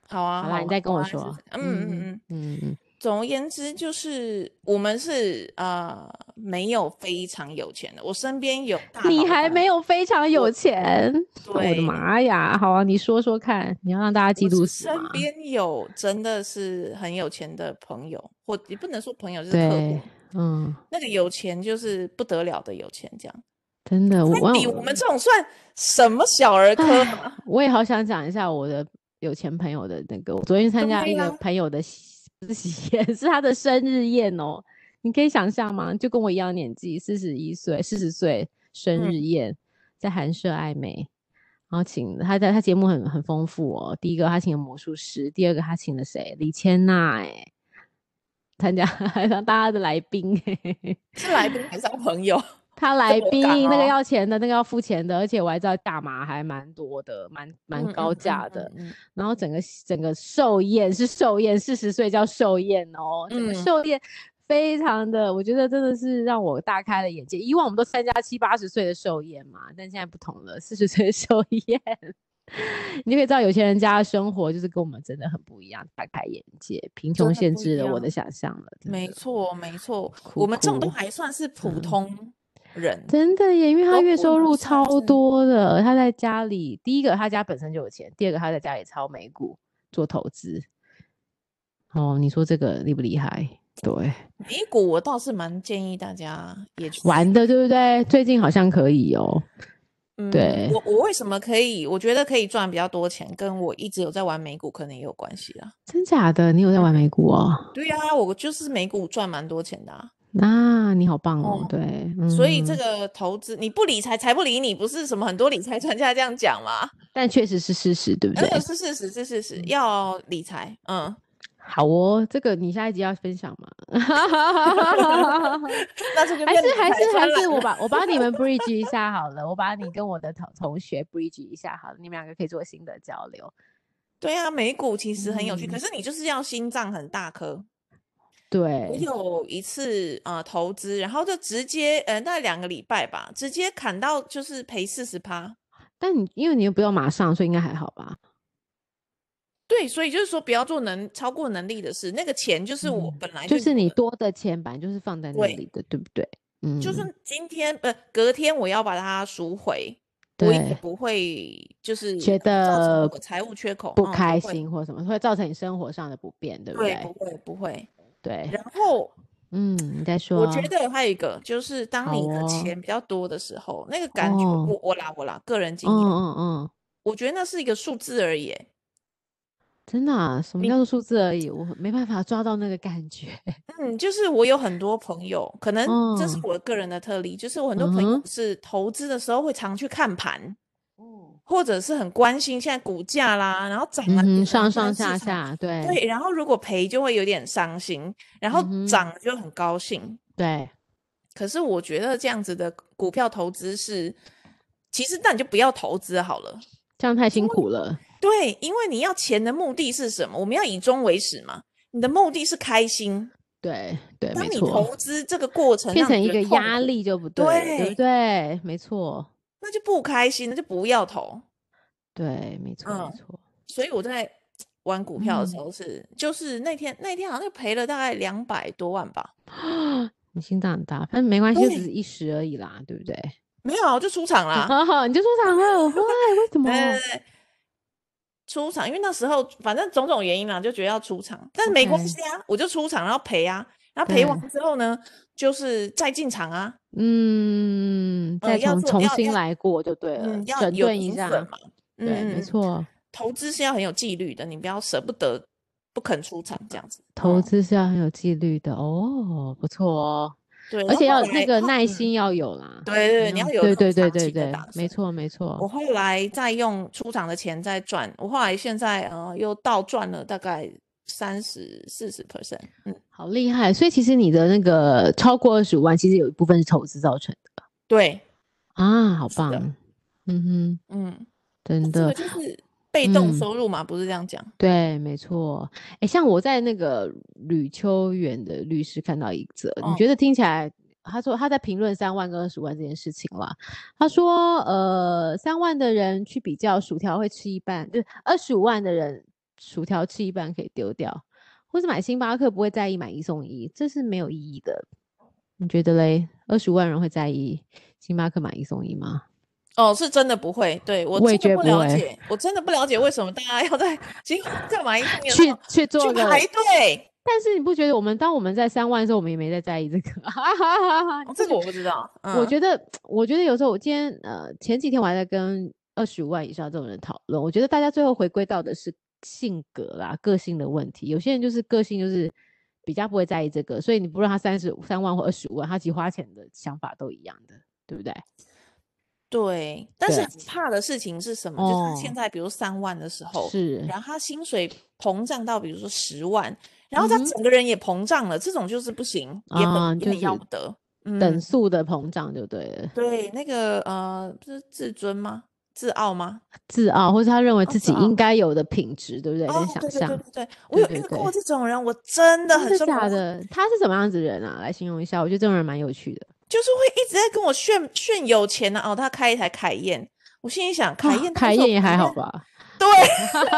Speaker 2: 好啊，
Speaker 1: 好啦，
Speaker 2: 好
Speaker 1: 你
Speaker 2: 啊，
Speaker 1: 再跟
Speaker 2: 我
Speaker 1: 我
Speaker 2: 还是
Speaker 1: 说。
Speaker 2: 嗯嗯。
Speaker 1: 嗯
Speaker 2: 嗯
Speaker 1: 嗯嗯，
Speaker 2: 总而言之，就是我们是呃没有非常有钱的，我身边有大
Speaker 1: 你
Speaker 2: 老
Speaker 1: 还没
Speaker 2: 板，
Speaker 1: 有非常有
Speaker 2: 我
Speaker 1: 钱，我的
Speaker 2: 对
Speaker 1: 妈呀！好啊，你说说看，你要让大家
Speaker 2: 我
Speaker 1: 嫉妒死
Speaker 2: 身
Speaker 1: 吗？
Speaker 2: 边有真的是很有钱的朋友，或也不能说朋友，就是客
Speaker 1: 对，
Speaker 2: 户，
Speaker 1: 嗯，
Speaker 2: 那个有钱就是不得了的有钱，这样
Speaker 1: 真的，呃我
Speaker 2: 相比
Speaker 1: 我
Speaker 2: 我们这种算什么小儿科
Speaker 1: 唉， <laughs>
Speaker 2: 啊？
Speaker 1: 我也好想讲一下我的有钱朋友的那个。我昨天参加
Speaker 2: 对
Speaker 1: 一
Speaker 2: 呀、
Speaker 1: 个朋友的喜，不是喜宴， <laughs> 是他的生日宴哦。你可以想象吗？就跟我一样年纪，四十一岁，四十岁生日
Speaker 2: 嗯
Speaker 1: 宴，在寒舍爱美。然后请他在他节目很很丰富哦。第一个他请了魔术师，第二个他请了谁？李千娜哎，参加 <laughs> 当大家的来宾 <laughs> 哎，
Speaker 2: 是来宾还是他朋友？
Speaker 1: 他
Speaker 2: 这
Speaker 1: 来
Speaker 2: 我敢
Speaker 1: 宾那个
Speaker 2: 哦。
Speaker 1: 要钱的，那个要付钱的，而且我还知道价码还蛮多的，蛮蛮
Speaker 2: 嗯
Speaker 1: 高
Speaker 2: 嗯嗯
Speaker 1: 价的。
Speaker 2: 嗯
Speaker 1: 然后整个整个寿宴是寿宴，四十岁叫寿宴哦，整个
Speaker 2: 嗯嗯，
Speaker 1: 寿宴非常的，我觉得真的是让我大开了眼界。以往我们都参加七八十岁的寿宴嘛，但现在不同了，四十岁的寿宴， <laughs> 你就可以知道有钱人家的生活就是跟我们真的很不一样，大开眼界，贫
Speaker 2: 真
Speaker 1: 穷
Speaker 2: 的
Speaker 1: 限
Speaker 2: 不
Speaker 1: 制
Speaker 2: 一
Speaker 1: 了我的
Speaker 2: 样。
Speaker 1: 想象了，真
Speaker 2: 没
Speaker 1: 的
Speaker 2: 错，没错，
Speaker 1: 哭
Speaker 2: 我们这种都
Speaker 1: 哭，
Speaker 2: 还算是普
Speaker 1: 嗯。
Speaker 2: 通人，
Speaker 1: 真的耶，因为他
Speaker 2: 我
Speaker 1: 月
Speaker 2: 我
Speaker 1: 收
Speaker 2: 们
Speaker 1: 入
Speaker 2: 算
Speaker 1: 超
Speaker 2: 是
Speaker 1: 多的，他在家里，第一个他家本身就有钱，第二个他在家里炒美股做投资。哦，你说这个厉不厉害？对，
Speaker 2: 美股，我倒是蛮建议大家也去试
Speaker 1: 玩的对不对？最近好像可以哦。
Speaker 2: 嗯，
Speaker 1: 对，
Speaker 2: 我我为什么可以？我觉得可以赚比较多钱，跟我一直有在玩美股可能也有关系啦。
Speaker 1: 真假的？你有在
Speaker 2: 嗯，
Speaker 1: 玩美股哦？
Speaker 2: 对呀，我就是美股赚蛮多钱的啊。
Speaker 1: 那你好棒哦，
Speaker 2: 哦
Speaker 1: 对，
Speaker 2: 所以这
Speaker 1: 嗯
Speaker 2: 个投资你不理财，财不理你，不是什么很多理财专家这样讲嘛？ <laughs>
Speaker 1: 但确实是事实，对不
Speaker 2: 那
Speaker 1: 对？
Speaker 2: 个是事实，是事实，要理财。
Speaker 1: <laughs>
Speaker 2: 嗯，
Speaker 1: 好哦，这个你下一集要分
Speaker 2: <laughs>
Speaker 1: 享吗？ <laughs>
Speaker 2: 那这就
Speaker 1: 还
Speaker 2: 变
Speaker 1: 是
Speaker 2: 理
Speaker 1: 还
Speaker 2: 财
Speaker 1: 是还
Speaker 2: 专
Speaker 1: 是
Speaker 2: 栏
Speaker 1: <laughs> 我
Speaker 2: 了
Speaker 1: 把我帮你们 bridge 一下好了，我把你跟我的同同学 bridge 一下好了，你们两个可以做新的交流。
Speaker 2: 对啊，美股其实很有趣，可
Speaker 1: 嗯
Speaker 2: 是你就是要心脏很大颗。我
Speaker 1: 对，
Speaker 2: 有一次呃投资，然后就直接呃大概两个礼拜吧，直接砍到就是赔四十趴。
Speaker 1: 但你因为你又不用马上，所以应该还好吧？
Speaker 2: 对，所以就是说不要做能超过能力的事，那个钱就是我
Speaker 1: 嗯
Speaker 2: 本来
Speaker 1: 就是
Speaker 2: 有
Speaker 1: 你
Speaker 2: 的
Speaker 1: 多的钱本来就是放在那
Speaker 2: 对
Speaker 1: 里的，对不对？嗯，
Speaker 2: 就是今天呃隔天我要把它赎回，我也
Speaker 1: 对，
Speaker 2: 不会就是
Speaker 1: 觉
Speaker 2: 造成
Speaker 1: 得
Speaker 2: 我财务缺口
Speaker 1: 不
Speaker 2: 嗯
Speaker 1: 开
Speaker 2: 不会
Speaker 1: 心或什么，会造成你生活上的不便，对不
Speaker 2: 对，
Speaker 1: 对？
Speaker 2: 不会不会。
Speaker 1: 对，
Speaker 2: 然后
Speaker 1: 嗯，你在说，
Speaker 2: 我觉得还有一个就是，当
Speaker 1: 好
Speaker 2: 你的
Speaker 1: 啊哦，
Speaker 2: 钱比较多的时候，那个感觉，
Speaker 1: 哦，
Speaker 2: 我我啦我啦，个人
Speaker 1: 嗯
Speaker 2: 经验，
Speaker 1: 嗯嗯，
Speaker 2: 我觉得那是一个数字而已欸。
Speaker 1: 真的啊，什么叫做
Speaker 2: 你
Speaker 1: 数字而已？我没办法抓到那个感 <laughs> 觉。
Speaker 2: 嗯，就是我有很多朋友，可能这是
Speaker 1: 嗯
Speaker 2: 我个人的特例，就是我很多
Speaker 1: 嗯
Speaker 2: 朋友
Speaker 1: 哼，
Speaker 2: 是投资的时候会常去看盘，
Speaker 1: 嗯
Speaker 2: 或者是很关心现在股价啦，然后涨
Speaker 1: 嗯
Speaker 2: 啊跌
Speaker 1: 哼，
Speaker 2: 啊，
Speaker 1: 上
Speaker 2: 关
Speaker 1: 上
Speaker 2: 心
Speaker 1: 下
Speaker 2: 市场。
Speaker 1: 下，对，
Speaker 2: 对，然后如果赔就会有点伤心，然后
Speaker 1: 嗯哼，
Speaker 2: 涨就很高兴。
Speaker 1: 对，
Speaker 2: 可是我觉得这样子的股票投资是，其实那你就不要投资好了，
Speaker 1: 这样太
Speaker 2: 因
Speaker 1: 辛
Speaker 2: 为
Speaker 1: 苦了。
Speaker 2: 对，因为你要钱的目的是什么？我们要以终为始嘛。你的目的是开心，
Speaker 1: 对对，没
Speaker 2: 当你
Speaker 1: 错，
Speaker 2: 投资这个过程
Speaker 1: 变
Speaker 2: 让
Speaker 1: 成一
Speaker 2: 你觉得
Speaker 1: 个
Speaker 2: 痛
Speaker 1: 压
Speaker 2: 苦，
Speaker 1: 力就不对了，对不
Speaker 2: 对，
Speaker 1: 对？没错，
Speaker 2: 那就不开心，那就不要投。
Speaker 1: 对，没错，没
Speaker 2: 嗯，
Speaker 1: 错，
Speaker 2: 所以我在玩股票的
Speaker 1: 嗯，
Speaker 2: 时候是，就是那天那天好像就赔了大概两百多万吧。
Speaker 1: 你心脏很大，反正没关系，就只是
Speaker 2: 对，
Speaker 1: 一时而已啦，对不对？
Speaker 2: 没有啊，我就出场啦。
Speaker 1: <laughs> 你就出场了，why？为哎什
Speaker 2: 啊对对
Speaker 1: 么
Speaker 2: 对，出场，因为那时候反正种种原因啦，就觉得要出场，但是没关
Speaker 1: ？OK，
Speaker 2: 系啊，我就出场，然后赔啊，然后赔
Speaker 1: 对，
Speaker 2: 完之后呢，就是再进场啊，
Speaker 1: 嗯，
Speaker 2: 呃，
Speaker 1: 再
Speaker 2: 要
Speaker 1: 重
Speaker 2: 做
Speaker 1: 重
Speaker 2: 要
Speaker 1: 新
Speaker 2: 要，
Speaker 1: 来过就对了，
Speaker 2: 嗯，要
Speaker 1: 整
Speaker 2: 有
Speaker 1: 顿一
Speaker 2: 停损
Speaker 1: 下，
Speaker 2: 嘛，
Speaker 1: 对，没
Speaker 2: 嗯嗯嗯，
Speaker 1: 错，
Speaker 2: 投资是要很有纪律的，你不要舍不得不肯出场这样子，
Speaker 1: 投
Speaker 2: 嗯，
Speaker 1: 资是要很有纪律的哦，不错哦，
Speaker 2: 对，然
Speaker 1: 而
Speaker 2: 后
Speaker 1: 且
Speaker 2: 后
Speaker 1: 要那
Speaker 2: 来
Speaker 1: 个
Speaker 2: 后，
Speaker 1: 耐
Speaker 2: 嗯，
Speaker 1: 心要有啦，
Speaker 2: 对
Speaker 1: 你
Speaker 2: 对对，你
Speaker 1: 要
Speaker 2: 要有
Speaker 1: 对对对
Speaker 2: 那种长
Speaker 1: 对
Speaker 2: 期的
Speaker 1: 对，
Speaker 2: 打
Speaker 1: 没
Speaker 2: 算。
Speaker 1: 错没
Speaker 2: 我
Speaker 1: 错，
Speaker 2: 后来再用出场的钱再赚，我后来现在呃又倒赚了大概三十四十 percent，嗯，
Speaker 1: 好厉害！所以其实你的那个超过二十五万，其实有一部分是投资造成的
Speaker 2: 对，
Speaker 1: 啊，好
Speaker 2: 是的，
Speaker 1: 棒，嗯哼，
Speaker 2: 嗯，那
Speaker 1: 真
Speaker 2: 这
Speaker 1: 的，
Speaker 2: 个就是被动
Speaker 1: 嗯。
Speaker 2: 收入嘛，不是这样讲？
Speaker 1: 对，没错。哎，像我在那个吕秋远的律师看到一则，你
Speaker 2: 嗯，
Speaker 1: 觉得听起来，他说他在评论三万跟二十万这件事情啦。他说，呃，三万的人去比较薯条会吃一半，就是二十五万的人薯条吃一半可以丢掉，或是买星巴克不会在意买一送一，这是没有意义的。你觉得嘞？二十五万人会在意星巴克买一送一吗？
Speaker 2: 哦，是真的不会，对，我
Speaker 1: 我也
Speaker 2: 真
Speaker 1: 觉得
Speaker 2: 的不
Speaker 1: 不
Speaker 2: 了
Speaker 1: 会，
Speaker 2: 解，我真的不了解为什么大家要在 <laughs> 星巴克买一送一的时
Speaker 1: 去
Speaker 2: 候
Speaker 1: 去
Speaker 2: 去
Speaker 1: 做个。
Speaker 2: 排队。
Speaker 1: 但是你不觉得我们当我们在三万的时候，我们也没在在意这个， <laughs> 你
Speaker 2: 哦，
Speaker 1: 不
Speaker 2: 这个
Speaker 1: 觉
Speaker 2: 我不知道，
Speaker 1: 我
Speaker 2: 嗯
Speaker 1: 觉得，我觉得有时候我今天呃前几天我还在跟二十五万以上这种人讨论，我觉得大家最后回归到的是性格啦、个性的问题。有些人就是个性就是比较不会在意这个，所以你不论他三十三万或二十五万，他其实花钱的想法都一样的，对不对？
Speaker 2: 对，但是
Speaker 1: 对，
Speaker 2: 很怕的事情是什么？就是他现
Speaker 1: 哦，
Speaker 2: 在比如三万的时候，
Speaker 1: 是，
Speaker 2: 然后他薪水膨胀到比如说十万，然后他
Speaker 1: 嗯
Speaker 2: 整个人也膨胀了，这种就是不行，
Speaker 1: 哼，
Speaker 2: 也很
Speaker 1: 啊，
Speaker 2: 也
Speaker 1: 就
Speaker 2: 很要
Speaker 1: 是
Speaker 2: 不得。
Speaker 1: 等
Speaker 2: 嗯，
Speaker 1: 速的膨胀就对了，
Speaker 2: 对，那个呃，不是自尊吗？自傲吗？
Speaker 1: 自傲或是他认为
Speaker 2: 哦，
Speaker 1: 自
Speaker 2: 自
Speaker 1: 己应
Speaker 2: 傲。
Speaker 1: 该有的品质，对不对？
Speaker 2: 哦，
Speaker 1: 跟想
Speaker 2: 对对对
Speaker 1: 象，
Speaker 2: 对对，我
Speaker 1: 对
Speaker 2: 有
Speaker 1: 对
Speaker 2: 遇过
Speaker 1: 对。
Speaker 2: 这种人，我真的
Speaker 1: 真
Speaker 2: 很
Speaker 1: 的
Speaker 2: 受不了。
Speaker 1: 假
Speaker 2: 我
Speaker 1: 的？他是什么样子的人啊？来形容一下，我觉得这种人蛮有趣的
Speaker 2: 就是会一直在跟我炫炫有钱呢、啊。哦，他开一台凯宴，我心里想，凯
Speaker 1: 啊。
Speaker 2: 宴
Speaker 1: 凯
Speaker 2: 当时我
Speaker 1: 宴也
Speaker 2: 们
Speaker 1: 还
Speaker 2: 应该
Speaker 1: 好吧？
Speaker 2: <laughs> 对， <laughs>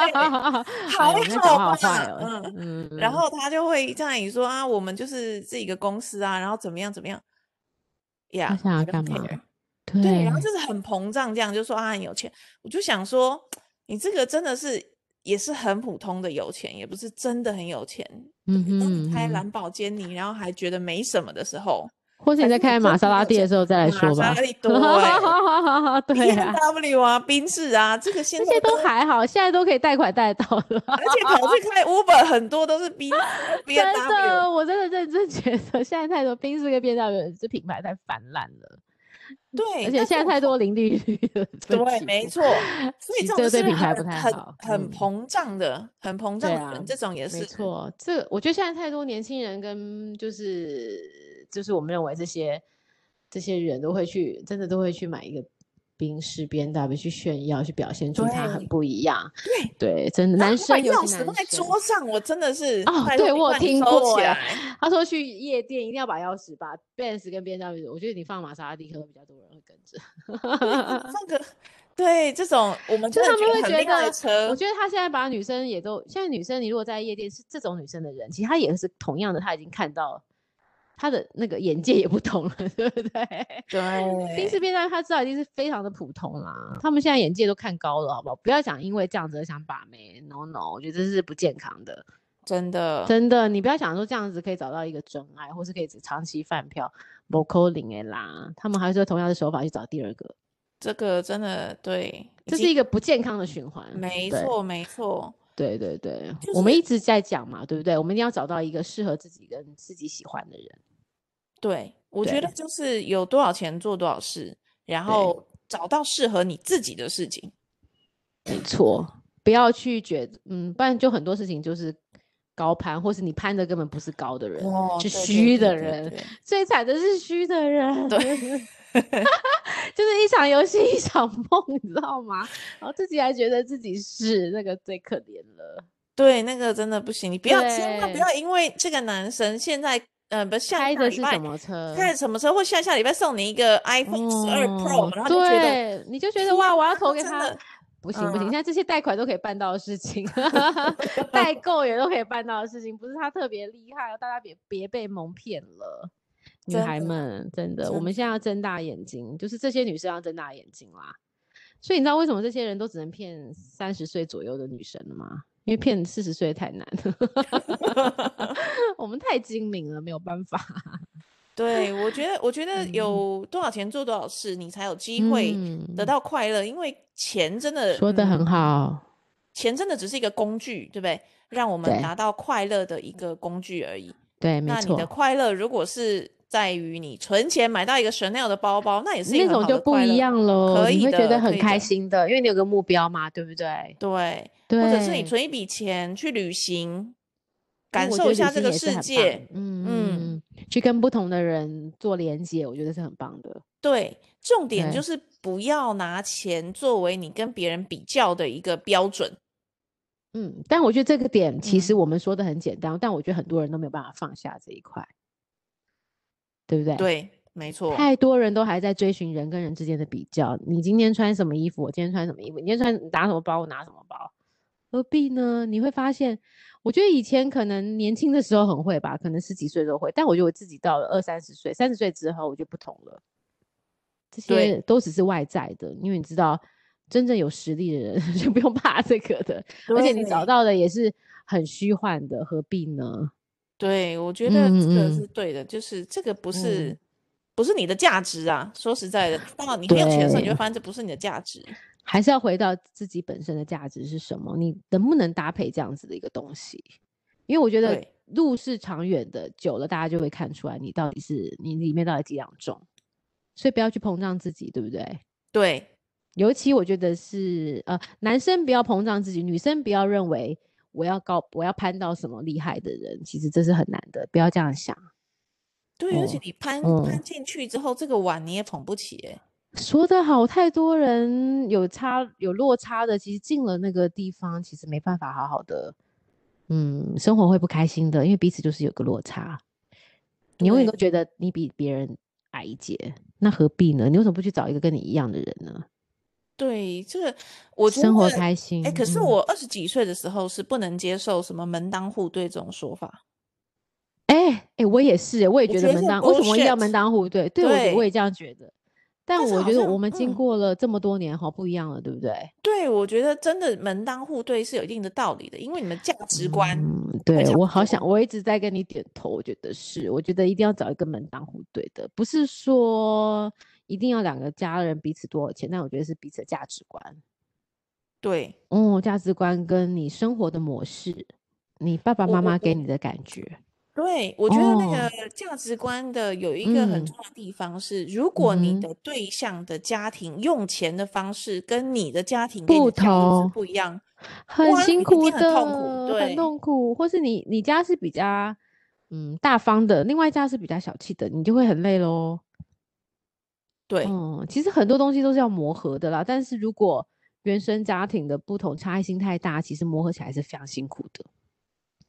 Speaker 2: 还
Speaker 1: 哎呦，那小孩
Speaker 2: 好
Speaker 1: 好坏
Speaker 2: 吧，
Speaker 1: 哦。
Speaker 2: 嗯。然
Speaker 1: 嗯，
Speaker 2: 后他就会这样你说啊，我们就是自己一个公司啊，然后怎么样怎么样
Speaker 1: 他
Speaker 2: ，Yeah，
Speaker 1: 想要
Speaker 2: I don't
Speaker 1: 干嘛？
Speaker 2: care。对，然后
Speaker 1: 对，
Speaker 2: 就是很膨胀，这样就说啊很有钱，我就想说，你这个真的是也是很普通的有钱，也不是真的很有钱，对
Speaker 1: 嗯
Speaker 2: 不对？当你开
Speaker 1: 哼嗯
Speaker 2: 蓝宝坚尼，然后还觉得没什么的时候，
Speaker 1: 或是你在开玛莎拉蒂的时候再来说吧
Speaker 2: 玛莎。
Speaker 1: <laughs>
Speaker 2: 拉蒂多、欸
Speaker 1: 对啊，
Speaker 2: ，W 啊，宾士啊，这个现
Speaker 1: 这
Speaker 2: 在
Speaker 1: 些都还好，现在都可以贷款贷到了。
Speaker 2: 而且跑去开 Uber 很多都是 B
Speaker 1: <laughs>
Speaker 2: B
Speaker 1: 真
Speaker 2: W，
Speaker 1: 的，我真的认真觉得现在太多宾士跟 B W 这品牌太泛滥了，
Speaker 2: 对，
Speaker 1: 而且
Speaker 2: 但
Speaker 1: 现在
Speaker 2: 是
Speaker 1: 太多零利率了。
Speaker 2: 对，没
Speaker 1: 错。
Speaker 2: 错，所
Speaker 1: 其
Speaker 2: 以
Speaker 1: 这
Speaker 2: 这种
Speaker 1: 对
Speaker 2: 是
Speaker 1: 品牌不
Speaker 2: 很
Speaker 1: 太
Speaker 2: 很
Speaker 1: 好嗯
Speaker 2: 很膨胀的，很膨胀
Speaker 1: 对
Speaker 2: 的
Speaker 1: 啊
Speaker 2: 人，这种也
Speaker 1: 没
Speaker 2: 是
Speaker 1: 错，这个我觉得现在太多年轻人跟就是就是我们认为这些这些人都会去，真的都会去买一个宾士 B N W 去炫耀，去表现出他很
Speaker 2: 对
Speaker 1: 不一样。
Speaker 2: 对。
Speaker 1: 对，真的，
Speaker 2: 然后
Speaker 1: 男
Speaker 2: 把
Speaker 1: 生尤
Speaker 2: 钥
Speaker 1: 其
Speaker 2: 匙
Speaker 1: 男
Speaker 2: 放在
Speaker 1: 生，
Speaker 2: 桌上，我真的是
Speaker 1: 哦
Speaker 2: 拜
Speaker 1: 对
Speaker 2: 托你
Speaker 1: 我有
Speaker 2: 把你
Speaker 1: 听
Speaker 2: 收
Speaker 1: 过
Speaker 2: 起
Speaker 1: 哎
Speaker 2: 来
Speaker 1: 他说去夜店一定要把钥匙把 Benz 跟 B N W，我觉得你放玛莎拉蒂可能比较多人会跟着。
Speaker 2: 放个对这种我们
Speaker 1: 就
Speaker 2: 真的
Speaker 1: 他们会
Speaker 2: 很
Speaker 1: 觉
Speaker 2: 厉害
Speaker 1: 得
Speaker 2: 的车
Speaker 1: 我，觉得他现在把女生也都，现在女生你如果在夜店是这种女生的人，其实她也是同样的，她已经看到她的那个眼界也不同了， <laughs> 对不对？
Speaker 2: 对
Speaker 1: 冰士变态他知道已经是非常的普通啦，他们现在眼界都看高了，好不好？不要讲因为这样子而想把妹，no no，我觉得这是不健康的，
Speaker 2: 真的
Speaker 1: 真的，你不要想说这样子可以找到一个真爱，或是可以长期饭票，不扣零哎啦，他们还是会同样的手法去找第二个，
Speaker 2: 这个真的对，已
Speaker 1: 这是
Speaker 2: 经
Speaker 1: 一个不健康的循环，
Speaker 2: 没
Speaker 1: 对
Speaker 2: 错没错，
Speaker 1: 对对对，
Speaker 2: 就
Speaker 1: 我们
Speaker 2: 是
Speaker 1: 一直在讲嘛，对不对？我们一定要找到一个适合自己跟自己喜欢的人。
Speaker 2: 对，我觉
Speaker 1: 对
Speaker 2: 得就是有多少钱做多少事，然
Speaker 1: 对
Speaker 2: 后找到适合你自己的事情。
Speaker 1: 没错，不要去觉得，嗯，不然就很多事情就是高攀，或是你攀的根本不是高的人，
Speaker 2: 哦
Speaker 1: 是
Speaker 2: 对对
Speaker 1: 虚
Speaker 2: 对
Speaker 1: 的
Speaker 2: 对
Speaker 1: 人
Speaker 2: 对
Speaker 1: 最惨的是虚的人。<laughs>
Speaker 2: 对
Speaker 1: 就是一场游戏一场梦， <laughs> 你知道吗？然后自己还觉得自己是那个最可怜了。
Speaker 2: 对，那个真的不行，你不要千万不
Speaker 1: 对
Speaker 2: 要因为这个男生现在，呃，不下
Speaker 1: 开
Speaker 2: 下
Speaker 1: 的
Speaker 2: 礼
Speaker 1: 是
Speaker 2: 拜
Speaker 1: 什么车？
Speaker 2: 开着什么车，或下下礼拜送你一个 iPhone 十二 Pro，、
Speaker 1: 哦
Speaker 2: 然后就觉得
Speaker 1: 对，你就觉得
Speaker 2: 天
Speaker 1: 哇，我要
Speaker 2: 哪
Speaker 1: 投给
Speaker 2: 真
Speaker 1: 他
Speaker 2: 的，
Speaker 1: 不行不行，
Speaker 2: 嗯
Speaker 1: 现在这些贷款都可以办到的事
Speaker 2: <laughs>
Speaker 1: 情，代购也都可以办到的事情，不是他特别厉害，哦，大家别别被蒙骗了。女
Speaker 2: 真
Speaker 1: 孩
Speaker 2: 的
Speaker 1: 们，真的，我
Speaker 2: 真
Speaker 1: 们现在要睁大眼睛，就是这些女生要睁大眼睛啦。所以你知道为什么这些人都只能骗三十岁左右的女生了吗？因为骗四十岁太难， <laughs> 我们太精明了，没有办法。
Speaker 2: 对我觉得，我觉得
Speaker 1: 嗯
Speaker 2: 有多少钱做多少事，你才有机会得
Speaker 1: 嗯
Speaker 2: 到快乐，因为钱真的
Speaker 1: 说的
Speaker 2: 嗯
Speaker 1: 很好。
Speaker 2: 钱真的只是一个工具，对不对？让我
Speaker 1: 对
Speaker 2: 们达到快乐的一个工具而已。
Speaker 1: 对，没
Speaker 2: 那你
Speaker 1: 错，
Speaker 2: 的快乐如果是在于你存钱买到一个 Chanel 的包包，那也是一
Speaker 1: 那
Speaker 2: 个很
Speaker 1: 种
Speaker 2: 好
Speaker 1: 就
Speaker 2: 的
Speaker 1: 不
Speaker 2: 快乐
Speaker 1: 一。样喽，
Speaker 2: 可
Speaker 1: 你
Speaker 2: 以
Speaker 1: 会觉
Speaker 2: 的
Speaker 1: 得
Speaker 2: 可
Speaker 1: 很
Speaker 2: 以
Speaker 1: 开
Speaker 2: 的
Speaker 1: 心的，因为你有个目标嘛，对不对？
Speaker 2: 对，
Speaker 1: 对，
Speaker 2: 或者是你存一笔钱去旅行，
Speaker 1: 哎
Speaker 2: 感
Speaker 1: 我觉
Speaker 2: 受
Speaker 1: 得
Speaker 2: 一
Speaker 1: 旅
Speaker 2: 下这
Speaker 1: 行
Speaker 2: 个
Speaker 1: 也是
Speaker 2: 世
Speaker 1: 很
Speaker 2: 界。
Speaker 1: 棒，嗯嗯，去跟不同的人做连接，我觉得是很棒的。
Speaker 2: 对，重点
Speaker 1: 对
Speaker 2: 就是不要拿钱作为你跟别人比较的一个标准。
Speaker 1: 嗯，但我觉得这个点其
Speaker 2: 嗯
Speaker 1: 实我们说的很简单，但我觉得很多人都没有办法放下这一块，对不对？
Speaker 2: 对，没错，
Speaker 1: 太多人都还在追寻人跟人之间的比较。你今天穿什么衣服？我今天穿什么衣服？你今天穿你拿什么包？我拿什么包？何必呢？你会发现，我觉得以前可能年轻的时候很会吧，可能十几岁都会，但我觉得我自己到了二三十岁，三十岁之后我就不同了。这
Speaker 2: 对
Speaker 1: 些都只是外在的，因为你知道，真正有实力的人 <laughs> 是不用怕这个的，而且你找
Speaker 2: 对
Speaker 1: 到的也是很虚幻的，何必呢？
Speaker 2: 对，我觉得这
Speaker 1: 嗯
Speaker 2: 个
Speaker 1: 嗯
Speaker 2: 是对的，就是这个不是、
Speaker 1: 嗯
Speaker 2: 不是你的价值啊。说实在的，到你很有钱的时候，你就
Speaker 1: 对
Speaker 2: 会发现这不是你的价值。
Speaker 1: 还是要回到自己本身的价值是什么，你能不能搭配这样子的一个东西？因为我觉得
Speaker 2: 对
Speaker 1: 路是长远的，久了大家就会看出来你到底是你里面到底几两重，所以不要去膨胀自己，对不对？
Speaker 2: 对，
Speaker 1: 尤其我觉得是呃，男生不要膨胀自己，女生不要认为我要高，我要攀到什么厉害的人，其实这是很难的，不要这样想。
Speaker 2: 对，而且
Speaker 1: 哦
Speaker 2: 你攀、
Speaker 1: 哦
Speaker 2: 攀进去之后，这个碗你也捧不起、欸。
Speaker 1: 说得好，太多人有差有落差的，其实进了那个地方，其实没办法好好的，嗯，生活会不开心的，因为彼此就是有个落差，你永远都
Speaker 2: 对
Speaker 1: 觉得你比别人矮一截，那何必呢？你为什么不去找一个跟你一样的人呢？
Speaker 2: 对，这个我觉得
Speaker 1: 生活开心。
Speaker 2: 哎、可是
Speaker 1: 嗯
Speaker 2: 我二十几岁的时候是不能接受什么门当户对这种说法。
Speaker 1: 哎哎、我也是，我也
Speaker 2: 我
Speaker 1: 觉
Speaker 2: 觉
Speaker 1: 得
Speaker 2: 得
Speaker 1: 门
Speaker 2: 这
Speaker 1: 当为什么一定要
Speaker 2: bullshit
Speaker 1: 门当户对？对，我也我
Speaker 2: 对
Speaker 1: 也这样觉得。但
Speaker 2: 但是
Speaker 1: 我
Speaker 2: 好
Speaker 1: 觉得
Speaker 2: 像
Speaker 1: 我们经
Speaker 2: 嗯
Speaker 1: 过了这么多年，好不一样了，对不对？
Speaker 2: 对，我觉得真的门当户对是有一定的道理的，因为你们价值观
Speaker 1: 嗯，对
Speaker 2: 差
Speaker 1: 我
Speaker 2: 不
Speaker 1: 好
Speaker 2: 多
Speaker 1: 想，我一直在跟你点头，我觉得是，我觉得一定要找一个门当户对的，不是说一定要两个家人彼此多少钱，但我觉得是彼此的价值观，
Speaker 2: 对，
Speaker 1: 嗯，价值观跟你生活的模式，你爸爸
Speaker 2: 我
Speaker 1: 妈
Speaker 2: 我
Speaker 1: 妈给
Speaker 2: 我
Speaker 1: 你的感觉，
Speaker 2: 对，我觉得那
Speaker 1: 哦
Speaker 2: 个价值观的有一个很
Speaker 1: 嗯
Speaker 2: 重要的地方是，如
Speaker 1: 嗯
Speaker 2: 果你
Speaker 1: 哼，
Speaker 2: 的对象的家庭用钱的方式跟你的家庭给你
Speaker 1: 不
Speaker 2: 的教育是
Speaker 1: 同，
Speaker 2: 不一样，
Speaker 1: 很
Speaker 2: 哇，那
Speaker 1: 辛
Speaker 2: 你一
Speaker 1: 苦
Speaker 2: 定很痛苦。
Speaker 1: 的，很
Speaker 2: 对，
Speaker 1: 痛苦，或是你你家是比较嗯大方的，另外一家是比较小气的，你就会很累喽。
Speaker 2: 对，
Speaker 1: 嗯，其实很多东西都是要磨合的啦，但是如果原生家庭的不同差异性太大，其实磨合起来是非常辛苦的。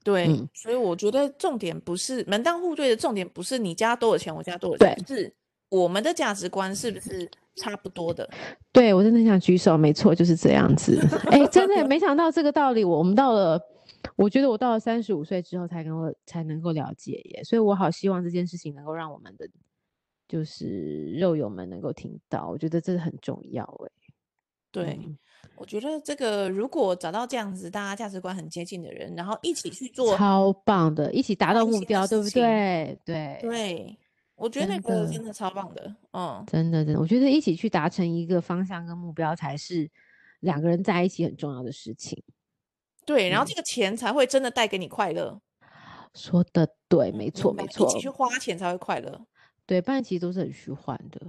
Speaker 2: 对，
Speaker 1: 嗯，
Speaker 2: 所以我觉得重点不是门当户对的重点，不是你家多少钱，我家多少钱，
Speaker 1: 对，
Speaker 2: 是我们的价值观是不是差不多的？
Speaker 1: 对我真的很想举手，没错，就是这样 <laughs> 子。哎，真的没想到这个道理，我们到了，我觉得我到了三十五岁之后才能够才能够了解耶，所以我好希望这件事情能够让我们的就是肉友们能够听到，我觉得这很重要哎。
Speaker 2: 对，
Speaker 1: 嗯，
Speaker 2: 我觉得这个如果找到这样子大家价值观很接近的人，然后一起去做
Speaker 1: 超棒的，一起达到
Speaker 2: 开
Speaker 1: 目
Speaker 2: 心的
Speaker 1: 标，对不
Speaker 2: 事情，
Speaker 1: 对？对，
Speaker 2: 对，我觉得那
Speaker 1: 真
Speaker 2: 个真
Speaker 1: 的。
Speaker 2: 的超棒的，嗯，
Speaker 1: 真的，真的，我觉得一起去达成一个方向跟目标，才是两个人在一起很重要的事情。
Speaker 2: 对，然后
Speaker 1: 嗯，
Speaker 2: 这个钱才会真的带给你快乐，
Speaker 1: 说的对，
Speaker 2: 嗯，
Speaker 1: 没
Speaker 2: 你
Speaker 1: 错，没
Speaker 2: 们一起
Speaker 1: 错，
Speaker 2: 去花钱才会快乐。
Speaker 1: 对，不然其实都是很虚幻的，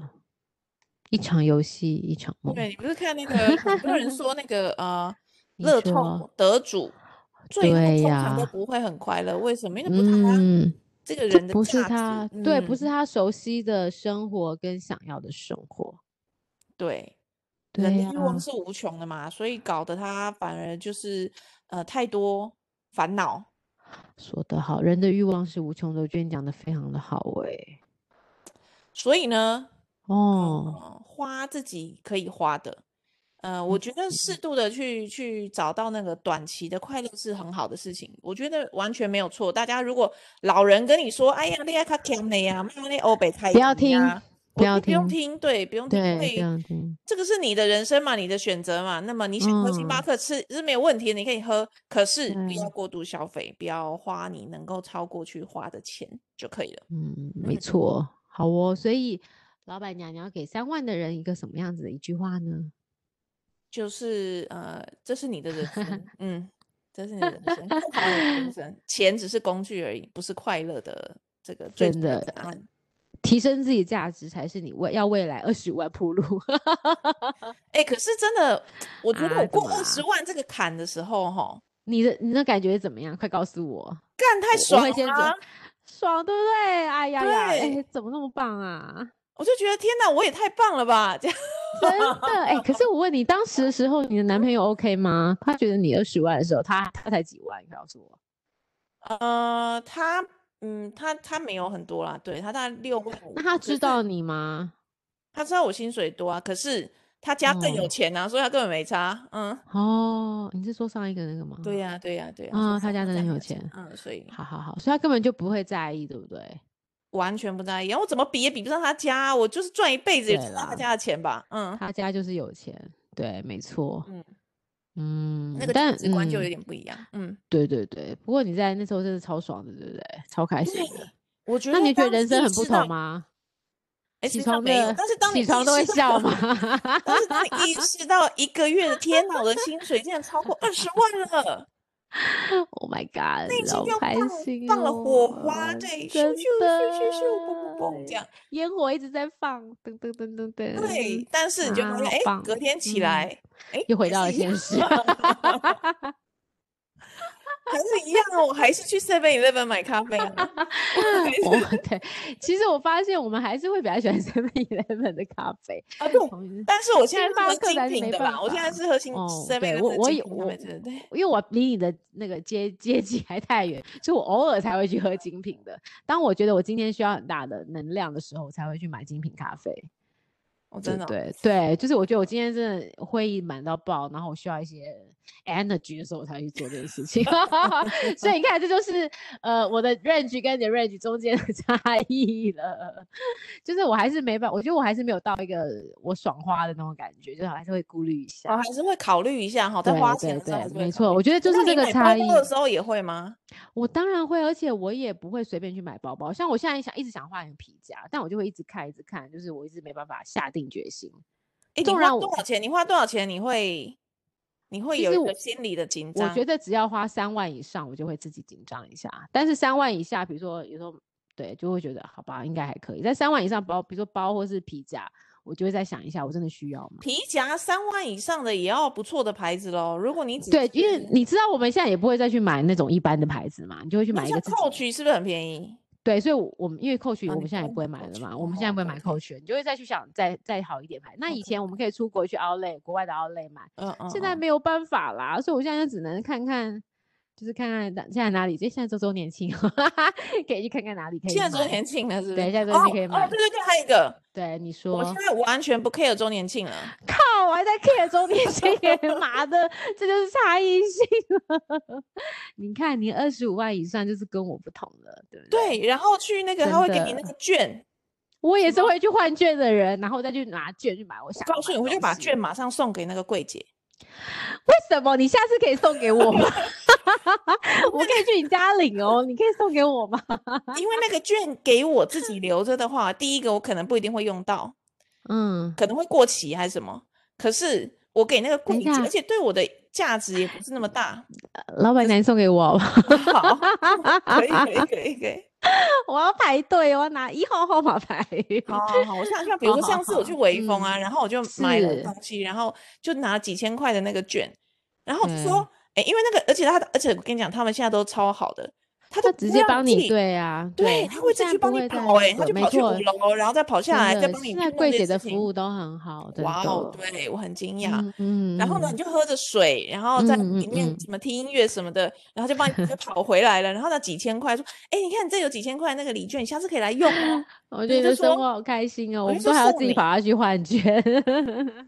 Speaker 1: 一场游戏一场梦。
Speaker 2: 对，你不是
Speaker 1: <laughs>
Speaker 2: 看那个很多人说那个呃，
Speaker 1: 你
Speaker 2: 乐透
Speaker 1: 说
Speaker 2: 得主最后
Speaker 1: 对
Speaker 2: 通常都
Speaker 1: 呀，
Speaker 2: 不会很快乐，为什么？因为不是他
Speaker 1: 嗯，
Speaker 2: 这
Speaker 1: 这
Speaker 2: 个人的
Speaker 1: 不是
Speaker 2: 价值，
Speaker 1: 他，对，不是
Speaker 2: 嗯，
Speaker 1: 他熟悉的生活跟想要的生活。
Speaker 2: 对，
Speaker 1: 对
Speaker 2: 人的
Speaker 1: 呀，
Speaker 2: 欲望是无穷的嘛，所以搞得他反而就是呃太多烦恼。
Speaker 1: 说得好，人的欲望是无穷的，我觉得你讲的非常的好
Speaker 2: 哦
Speaker 1: 诶。
Speaker 2: 所以呢，
Speaker 1: 哦，
Speaker 2: 呃，花自己可以花的，呃，我
Speaker 1: 嗯
Speaker 2: 觉得适度的去去找到那个短期的快乐是很好的事情，我觉得完全没有错。大家如果老人跟你说，哎呀，你爱看 c a 的呀，妈的欧北太
Speaker 1: 不要
Speaker 2: 极
Speaker 1: 听，
Speaker 2: 呀，
Speaker 1: 不
Speaker 2: 我觉
Speaker 1: 要
Speaker 2: 得不用
Speaker 1: 听，
Speaker 2: 听，对，不用听，因
Speaker 1: 对，不
Speaker 2: 为
Speaker 1: 要听。
Speaker 2: 这个是你的人生嘛，你的选择嘛。那么你想喝星巴
Speaker 1: 嗯，
Speaker 2: 克吃是没有问题的，你可以喝，可是不要
Speaker 1: 对，
Speaker 2: 过度消费，不要花你能够超过去花的钱就可以了。
Speaker 1: 嗯，没
Speaker 2: 嗯。
Speaker 1: 错，好哦。所以，老板娘，你要给三万的人一个什么样子的一句话呢？
Speaker 2: 就是呃，这是你的
Speaker 1: <laughs>
Speaker 2: 人生，嗯，这是你的人生，过好你的人生，钱只是工具而已，不是快乐的这个最
Speaker 1: 真
Speaker 2: 终的
Speaker 1: 的，
Speaker 2: 答案。
Speaker 1: 提升自己价值才是你未要未来二十五万铺路 <laughs>
Speaker 2: 哎，可是真的，我觉得我
Speaker 1: 啊？怎
Speaker 2: 过
Speaker 1: 么
Speaker 2: 二十
Speaker 1: 啦？
Speaker 2: 万这个坎的时候，哈，
Speaker 1: 你的你的感觉怎么样？快告诉我，
Speaker 2: 干太
Speaker 1: 我我
Speaker 2: 爽啊
Speaker 1: 会先准，
Speaker 2: 啦、
Speaker 1: <laughs> 爽对不对？哎呀呀，哎，
Speaker 2: 对，
Speaker 1: 怎么那么棒
Speaker 2: <laughs>
Speaker 1: 啊？
Speaker 2: 我就觉得天哪，我也太棒了吧， <laughs> 这样，
Speaker 1: 真的哎、可是我问你，当时的时候，你的男朋友 OK 吗？他觉得你二十万的时候，他他才几万？你告诉我，
Speaker 2: 呃，他，嗯，他他没有很多啦，对，他大概六万
Speaker 1: 那
Speaker 2: 五，
Speaker 1: 他
Speaker 2: 可
Speaker 1: 知
Speaker 2: 是
Speaker 1: 道你吗？
Speaker 2: 他知道我薪水多啊，可是他家更有
Speaker 1: 哦
Speaker 2: 钱啊，所以他根本没差，嗯。
Speaker 1: 哦，你是说上一个那个吗？
Speaker 2: 对呀、对呀、对呀、所
Speaker 1: 啊、
Speaker 2: 以
Speaker 1: 哦他
Speaker 2: 他
Speaker 1: 家
Speaker 2: 他
Speaker 1: 真的很
Speaker 2: 家很
Speaker 1: 有
Speaker 2: 有钱，
Speaker 1: 钱，
Speaker 2: 嗯，所以
Speaker 1: 好好好，所以他根本就不会在意，对不对？
Speaker 2: 完全不在意。然后我怎么比也比不上他家，我就是赚一辈子也
Speaker 1: 对
Speaker 2: 赚到他
Speaker 1: 啦，
Speaker 2: 家的钱吧。嗯
Speaker 1: 他家就是有钱，对，没错，
Speaker 2: 嗯，那
Speaker 1: 嗯，
Speaker 2: 个价
Speaker 1: 但
Speaker 2: 值观就
Speaker 1: 嗯，
Speaker 2: 有点不一样。嗯，
Speaker 1: 对对对，不过你在那时候真的超爽的，对不对？超开心的。
Speaker 2: 对，我觉
Speaker 1: 那
Speaker 2: 得
Speaker 1: 你觉得
Speaker 2: 当
Speaker 1: 人生
Speaker 2: 意
Speaker 1: 很不
Speaker 2: 识
Speaker 1: 同
Speaker 2: 到，
Speaker 1: 吗？
Speaker 2: 哎，
Speaker 1: 起
Speaker 2: 身上
Speaker 1: 床
Speaker 2: 没有，
Speaker 1: 的
Speaker 2: 但是当你
Speaker 1: 起
Speaker 2: 意
Speaker 1: 床都会
Speaker 2: 识
Speaker 1: 笑
Speaker 2: 到， <laughs>
Speaker 1: 吗？
Speaker 2: 但是当你意识到一个月的
Speaker 1: <laughs>
Speaker 2: 天呐，我的薪水竟然超过二十万了，
Speaker 1: Oh my god，
Speaker 2: 内心
Speaker 1: 好
Speaker 2: 就
Speaker 1: 开
Speaker 2: 放
Speaker 1: 心
Speaker 2: 放了火花，
Speaker 1: 哦！
Speaker 2: 对，咻咻
Speaker 1: 真
Speaker 2: 咻咻咻，
Speaker 1: 的，
Speaker 2: 嘣嘣嘣，这样。
Speaker 1: 烟火一直在放，噔噔噔噔
Speaker 2: 对，
Speaker 1: <laughs> 噔，
Speaker 2: 但是你就发
Speaker 1: 啊，
Speaker 2: 现，
Speaker 1: 好
Speaker 2: 哎，
Speaker 1: 棒！
Speaker 2: 隔天起
Speaker 1: 嗯，
Speaker 2: 来，哎，
Speaker 1: 又回
Speaker 2: 还
Speaker 1: 到
Speaker 2: 是
Speaker 1: 了
Speaker 2: 一样。
Speaker 1: 现实，
Speaker 2: 还是一样啊，我还是去 Seven Eleven 买咖啡啊，我还
Speaker 1: <laughs> 我
Speaker 2: 是
Speaker 1: 哦对，其实我发现我们还是会比较喜欢 <laughs> Seven Eleven 的咖啡，
Speaker 2: 啊对，
Speaker 1: 同于
Speaker 2: 但是我现在
Speaker 1: 星
Speaker 2: 是
Speaker 1: 巴
Speaker 2: 喝
Speaker 1: 克
Speaker 2: 精
Speaker 1: 还是
Speaker 2: 品
Speaker 1: 没
Speaker 2: 的
Speaker 1: 办
Speaker 2: 啦，我现在
Speaker 1: 法。
Speaker 2: 是喝星
Speaker 1: 哦，
Speaker 2: Seven
Speaker 1: 对我
Speaker 2: Eleven 的
Speaker 1: 我
Speaker 2: 精
Speaker 1: 也
Speaker 2: 品咖啡，
Speaker 1: 我
Speaker 2: 对对对，
Speaker 1: 因为我离你的那个接接近还太远，所以我偶尔才会去喝精品的。当我觉得我今天需要很大的能量的时候，我才会去买精品咖啡。
Speaker 2: 我
Speaker 1: 对
Speaker 2: 真的哦，
Speaker 1: 对对，就是我觉得我今天真的会议满到爆，然后我需要一些 energy 的时候，我才去做这件
Speaker 2: <laughs>
Speaker 1: 事情。 <laughs> 所以你看，这就是呃我的 range 跟你的 range 中间的 <laughs> 差异了。就是我还是没办法，我觉得我还是没有到一个我爽花的那种感觉，就是还是会顾虑一下。
Speaker 2: 我还是会考虑一下哈，在
Speaker 1: 对
Speaker 2: 花
Speaker 1: 对
Speaker 2: 钱的时
Speaker 1: 对
Speaker 2: 候哦还是会
Speaker 1: 没
Speaker 2: 考
Speaker 1: 错
Speaker 2: 虑
Speaker 1: 我觉得就
Speaker 2: 那
Speaker 1: 是
Speaker 2: 你
Speaker 1: 这个
Speaker 2: 买
Speaker 1: 差
Speaker 2: 包包的
Speaker 1: 异
Speaker 2: 时候也会吗？
Speaker 1: 我当然会，而且我也不会随便去买包包。像我现在想一直想换一个皮夹，但我就会一直看，一直看，就是我一直没办法下定决心。
Speaker 2: 哎，你
Speaker 1: 纵
Speaker 2: 花
Speaker 1: 然
Speaker 2: 多
Speaker 1: 我
Speaker 2: 少钱？你花多少钱？你会你会
Speaker 1: 其
Speaker 2: 有
Speaker 1: 实
Speaker 2: 一个
Speaker 1: 我
Speaker 2: 心理的紧
Speaker 1: 我
Speaker 2: 张？
Speaker 1: 觉得只要花三万以上，我就会自己紧张一下。但是三万以下，比如说有时候对，就会觉得好吧，应该还可以。在三万以上包，比如说包或是皮夹，我就会再想一下，我真的需要吗？
Speaker 2: 皮夹三万以上的也要不错的牌子喽。如果你只
Speaker 1: 对，因为
Speaker 2: 是
Speaker 1: 你知道我们现在也不会再去买那种一般的牌子嘛，你就会去
Speaker 2: 那
Speaker 1: 买一
Speaker 2: 像
Speaker 1: 个自己
Speaker 2: Coach 是不是很便宜？
Speaker 1: 对，所以我，我们因为 Coach
Speaker 2: 啊
Speaker 1: 我
Speaker 2: 你
Speaker 1: 们现在也
Speaker 2: 不
Speaker 1: 不会
Speaker 2: 会
Speaker 1: 买
Speaker 2: 买
Speaker 1: 了
Speaker 2: Coach，
Speaker 1: 嘛，
Speaker 2: 哦
Speaker 1: 我们现在不会买
Speaker 2: ，OK
Speaker 1: Coach，你就会再去想再再好一点牌。那以
Speaker 2: OK
Speaker 1: 前我们可以出国去 Outlet 国外的 Outlet 买，
Speaker 2: 嗯嗯，
Speaker 1: 现在
Speaker 2: 嗯
Speaker 1: 没有办法啦，所以我现在就只能看看，就是看看哪现在哪里，就现在周周年庆， <laughs> 可以去看看哪里可以买。
Speaker 2: 现在周年庆了，是不是？
Speaker 1: 对现在周年
Speaker 2: 哦
Speaker 1: 庆可以买
Speaker 2: 哦，对对对，还有一个，
Speaker 1: 对你说，
Speaker 2: 我现在完全不 care 周年庆了。
Speaker 1: 靠，我还在 care 周年庆
Speaker 2: <laughs>
Speaker 1: 耶，妈的，这就是差异性了。 <laughs> 你看，你二十五万以上就是跟我不同了，对不对？
Speaker 2: 对，然后去那个，
Speaker 1: 真
Speaker 2: 他会给你那
Speaker 1: 的
Speaker 2: 个券，
Speaker 1: 我也是
Speaker 2: 么
Speaker 1: 会去换券的人，然后再去拿券去买我想
Speaker 2: 告诉
Speaker 1: 买
Speaker 2: 你，
Speaker 1: 的
Speaker 2: 我就
Speaker 1: 东
Speaker 2: 把
Speaker 1: 西
Speaker 2: 券马上送给那个柜姐。
Speaker 1: 为什么？你下次可以送给
Speaker 2: <laughs>
Speaker 1: 我吗？我可以去你家领哦，你可以送给我吗？
Speaker 2: 因为那个券给我自己留着的话，第一个我可能不一定会用到，
Speaker 1: 嗯，
Speaker 2: 可能会过期还是什么。可是我给那个
Speaker 1: 等
Speaker 2: 柜
Speaker 1: 一
Speaker 2: 姐，
Speaker 1: 下
Speaker 2: 而且对我的价值也不是那
Speaker 1: <laughs>
Speaker 2: 么大。 <laughs>
Speaker 1: 老板娘你送给我好不 <laughs> 好，
Speaker 2: 好，可以可以可以可以。
Speaker 1: 我要排队，我要拿一号号码牌。
Speaker 2: 好好好，我像像比如
Speaker 1: 好
Speaker 2: 说
Speaker 1: 好
Speaker 2: 上次我去
Speaker 1: 好
Speaker 2: 微风啊，然后我就买了
Speaker 1: 是
Speaker 2: 东西，然后就拿几千块的那个券，然后我就
Speaker 1: 对
Speaker 2: 说，哎，因为那个，而且他的，而且我跟你讲，他们现在都超好的，
Speaker 1: 他
Speaker 2: 他都
Speaker 1: 直
Speaker 2: 不
Speaker 1: 接
Speaker 2: 让
Speaker 1: 帮你
Speaker 2: 寄
Speaker 1: 对啊，
Speaker 2: 对，他
Speaker 1: 他
Speaker 2: 会
Speaker 1: 们
Speaker 2: 自
Speaker 1: 现在
Speaker 2: 己去帮
Speaker 1: 不
Speaker 2: 你
Speaker 1: 会再
Speaker 2: 跑、欸，哎，他
Speaker 1: 对
Speaker 2: 就
Speaker 1: 没
Speaker 2: 跑去五
Speaker 1: 错
Speaker 2: 楼，然后再跑下来，
Speaker 1: 真
Speaker 2: 再
Speaker 1: 的，
Speaker 2: 帮你
Speaker 1: 现
Speaker 2: 弄
Speaker 1: 在
Speaker 2: 这
Speaker 1: 柜
Speaker 2: 些
Speaker 1: 姐
Speaker 2: 事
Speaker 1: 的
Speaker 2: 情
Speaker 1: 服务都很好，真
Speaker 2: 哇哦，
Speaker 1: 的。
Speaker 2: 对我很惊讶。
Speaker 1: 嗯嗯，
Speaker 2: 然后呢，
Speaker 1: 嗯
Speaker 2: 你就喝着水，然后在
Speaker 1: 嗯嗯
Speaker 2: 里面
Speaker 1: 嗯
Speaker 2: 什么听音乐什么的，然后就帮你就跑回来了。然后那几千块说，哎，你看这有几千块那个礼券，你下次可以来
Speaker 1: <laughs>
Speaker 2: 用哦。
Speaker 1: 我
Speaker 2: 你
Speaker 1: 觉
Speaker 2: 就
Speaker 1: 得生
Speaker 2: 说
Speaker 1: 活好开心哦，
Speaker 2: 我
Speaker 1: 我
Speaker 2: 就
Speaker 1: 们
Speaker 2: 说
Speaker 1: 都还要
Speaker 2: 送
Speaker 1: 自己
Speaker 2: 你
Speaker 1: 跑下去换券。 <laughs>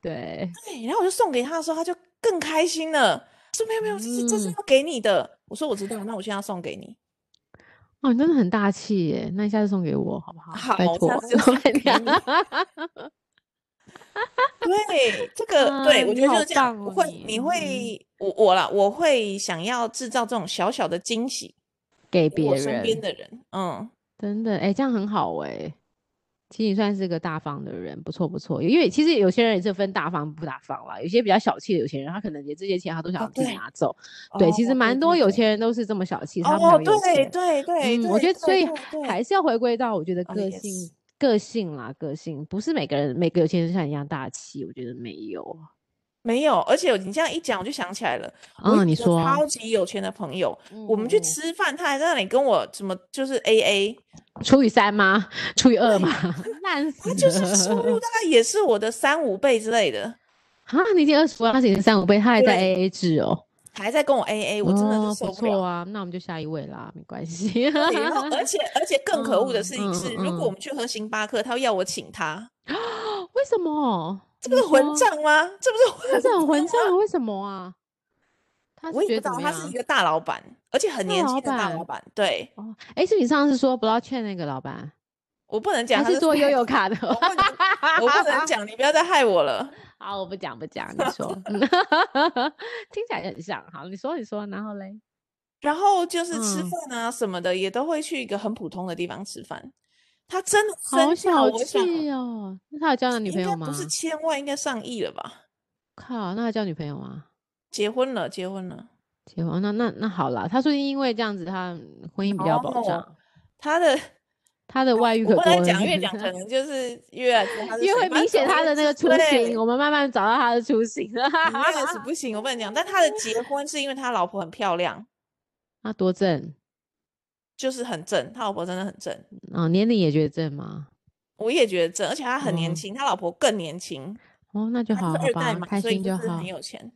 Speaker 1: 对，
Speaker 2: 对，然后我就送给他的时候，他就更开心了。说没有没有，这是这是
Speaker 1: 嗯
Speaker 2: 要给你的。我说我知道，那我现在要送给你。
Speaker 1: 哦，你真的很大气耶！那你下次送给我好不好？
Speaker 2: 好
Speaker 1: 拜
Speaker 2: 我
Speaker 1: 托
Speaker 2: 下次，就
Speaker 1: 送
Speaker 2: 送
Speaker 1: 给
Speaker 2: 给
Speaker 1: 你。
Speaker 2: 对，这个对
Speaker 1: 啊
Speaker 2: 我
Speaker 1: 你
Speaker 2: 觉得就
Speaker 1: 好
Speaker 2: 是这样，
Speaker 1: 棒
Speaker 2: 我
Speaker 1: 哦
Speaker 2: 会
Speaker 1: 你
Speaker 2: 你
Speaker 1: 嗯
Speaker 2: 会我我啦，我会想要制造这种小小的惊喜
Speaker 1: <laughs> 给
Speaker 2: 给我
Speaker 1: 别
Speaker 2: 身边
Speaker 1: 人，
Speaker 2: 的人。嗯，
Speaker 1: 真的，哎、这样很好哎、其实你算是个大方的人，不错不错。因为其实有些人也是分大方不大方啦，有些比较小气的有钱人，他可能连这些钱他都想
Speaker 2: 哦
Speaker 1: 要自己
Speaker 2: 对
Speaker 1: 拿走。对，
Speaker 2: 哦
Speaker 1: 其实蛮
Speaker 2: 对
Speaker 1: 多
Speaker 2: 对
Speaker 1: 有
Speaker 2: 对
Speaker 1: 钱人都是这么小气，他们才
Speaker 2: 哦，
Speaker 1: 会有
Speaker 2: 对
Speaker 1: 钱。
Speaker 2: 对对
Speaker 1: 嗯，
Speaker 2: 对，
Speaker 1: 我觉得所
Speaker 2: 对
Speaker 1: 以
Speaker 2: 对对
Speaker 1: 还是要回归到我觉得
Speaker 2: 啊
Speaker 1: 个
Speaker 2: 也
Speaker 1: 性
Speaker 2: 是，
Speaker 1: 个性啦，个性不是每个人每个有钱人像你一样大气，我觉得没有。啊
Speaker 2: 没有，而且你这样一讲，我就想起来了，我有
Speaker 1: 嗯，你
Speaker 2: 一个
Speaker 1: 说，
Speaker 2: 超级有钱的朋友，
Speaker 1: 嗯
Speaker 2: 我们
Speaker 1: 嗯
Speaker 2: 去
Speaker 1: 嗯
Speaker 2: 吃饭，他还在那里跟我怎么就是 A
Speaker 1: <laughs>
Speaker 2: A，
Speaker 1: 除以三吗？除以二吗？烂死
Speaker 2: 他
Speaker 1: 了！
Speaker 2: 就是收入大概也是我的三五倍之类的，
Speaker 1: <laughs> 啊，你已经二十万，他已经三五倍，他还在
Speaker 2: 对
Speaker 1: AA 制哦。
Speaker 2: 还在跟我 A A，我真的
Speaker 1: 哦
Speaker 2: 是受
Speaker 1: 不
Speaker 2: 不了。
Speaker 1: 错啊，那我们就下一位啦，没关系。
Speaker 2: 对，然后而且而且更可恶的
Speaker 1: 嗯
Speaker 2: 事情是，
Speaker 1: 嗯
Speaker 2: 如果我
Speaker 1: 嗯
Speaker 2: 们去喝星巴克，他要我请他，
Speaker 1: <laughs> 为什么？
Speaker 2: 这
Speaker 1: 你
Speaker 2: 不是混
Speaker 1: 说？
Speaker 2: 账吗？这不是
Speaker 1: 他
Speaker 2: 混
Speaker 1: 是很混
Speaker 2: 账
Speaker 1: 账啊，为什么啊？他
Speaker 2: 我
Speaker 1: 是觉
Speaker 2: 也
Speaker 1: 得
Speaker 2: 不知
Speaker 1: 怎
Speaker 2: 道，
Speaker 1: 么
Speaker 2: 他是一
Speaker 1: 样？
Speaker 2: 个大老板，而且很
Speaker 1: 大
Speaker 2: 年
Speaker 1: 老
Speaker 2: 轻的大老
Speaker 1: 板
Speaker 2: 板。对，
Speaker 1: 哦，哎，是你上次说不要劝那个老板，
Speaker 2: 我不能讲
Speaker 1: 他
Speaker 2: 啊他
Speaker 1: 是做悠
Speaker 2: 太
Speaker 1: 悠卡的
Speaker 2: <laughs> 我
Speaker 1: 哦。
Speaker 2: 不能，我
Speaker 1: <laughs>
Speaker 2: 不能讲，你不要再害我了。
Speaker 1: 好，我不讲不讲，你说， <laughs> 嗯听起来也很像。好，你说你说，然后嘞，
Speaker 2: 然后就是吃
Speaker 1: 嗯
Speaker 2: 饭啊什么的，也都会去一个很普通的地方吃饭。他真的
Speaker 1: 好
Speaker 2: 身价，
Speaker 1: 小
Speaker 2: 我想
Speaker 1: 气哦。那他有交男女朋
Speaker 2: 应
Speaker 1: 友
Speaker 2: 该
Speaker 1: 吗？
Speaker 2: 不是千万，应该上亿了吧？
Speaker 1: 靠，那他交女朋友吗？
Speaker 2: 结婚了，结婚了。
Speaker 1: 结婚那那那好啦，他说因为这样子，他婚姻比较
Speaker 2: 然
Speaker 1: 保障，
Speaker 2: 后
Speaker 1: <laughs>
Speaker 2: 他的，
Speaker 1: 他的外遇
Speaker 2: 哦啊我
Speaker 1: 可
Speaker 2: 不
Speaker 1: 多了， <laughs>
Speaker 2: 能讲，越讲可能就是越来知道他是
Speaker 1: 因为
Speaker 2: 谁
Speaker 1: 会明
Speaker 2: 反正
Speaker 1: 显
Speaker 2: 总而
Speaker 1: 他
Speaker 2: 言
Speaker 1: 的那
Speaker 2: 之
Speaker 1: 个哦初
Speaker 2: 对啊
Speaker 1: 心，我们慢慢找到他的初 <laughs> 心。
Speaker 2: 那是不行，我不能讲。但他的结婚是因为他老婆很漂亮，
Speaker 1: 他多正
Speaker 2: 就是很正，他老婆真的很正，
Speaker 1: 啊、哦年龄也觉得正吗？
Speaker 2: 我也觉得正，而且他很年
Speaker 1: 嗯
Speaker 2: 轻，他老婆更年轻，
Speaker 1: 哦，那就
Speaker 2: 他
Speaker 1: 好
Speaker 2: 是
Speaker 1: 好
Speaker 2: 二代
Speaker 1: 吧，
Speaker 2: 嘛，
Speaker 1: 开
Speaker 2: 所以
Speaker 1: 心
Speaker 2: 就
Speaker 1: 就是好
Speaker 2: 很。有钱。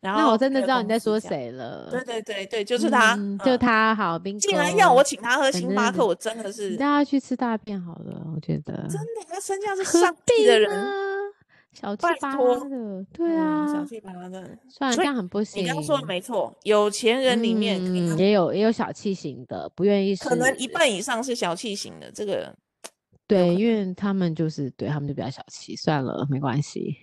Speaker 2: 然
Speaker 1: 那
Speaker 2: 后
Speaker 1: 我真的
Speaker 2: 开了
Speaker 1: 知道你
Speaker 2: 公
Speaker 1: 在
Speaker 2: 司
Speaker 1: 说
Speaker 2: 这样，
Speaker 1: 谁了，
Speaker 2: 对对对对，就是他，
Speaker 1: 嗯，就
Speaker 2: 嗯
Speaker 1: 他好 b i
Speaker 2: 竟然要我请他喝
Speaker 1: 反
Speaker 2: 星巴
Speaker 1: 正
Speaker 2: 克，我真的
Speaker 1: 你
Speaker 2: 是
Speaker 1: 带他去吃大便好了，我觉得
Speaker 2: 真的，他身价是
Speaker 1: 何
Speaker 2: 上亿
Speaker 1: 必
Speaker 2: 的
Speaker 1: 呢
Speaker 2: 人，？
Speaker 1: 小气
Speaker 2: 拜
Speaker 1: 巴
Speaker 2: 托
Speaker 1: 拉的，对
Speaker 2: 嗯
Speaker 1: 啊
Speaker 2: 小，气巴拉的。
Speaker 1: 算了，这
Speaker 2: 所以
Speaker 1: 样很不行。
Speaker 2: 你刚刚说的没错，有钱人里面可
Speaker 1: 嗯
Speaker 2: 能
Speaker 1: 也有也有小气型的，不愿意
Speaker 2: 可能一
Speaker 1: 是
Speaker 2: 半以上是小气型的，这个
Speaker 1: 对，因为他们就是对他们就比较小气，算了，没关系。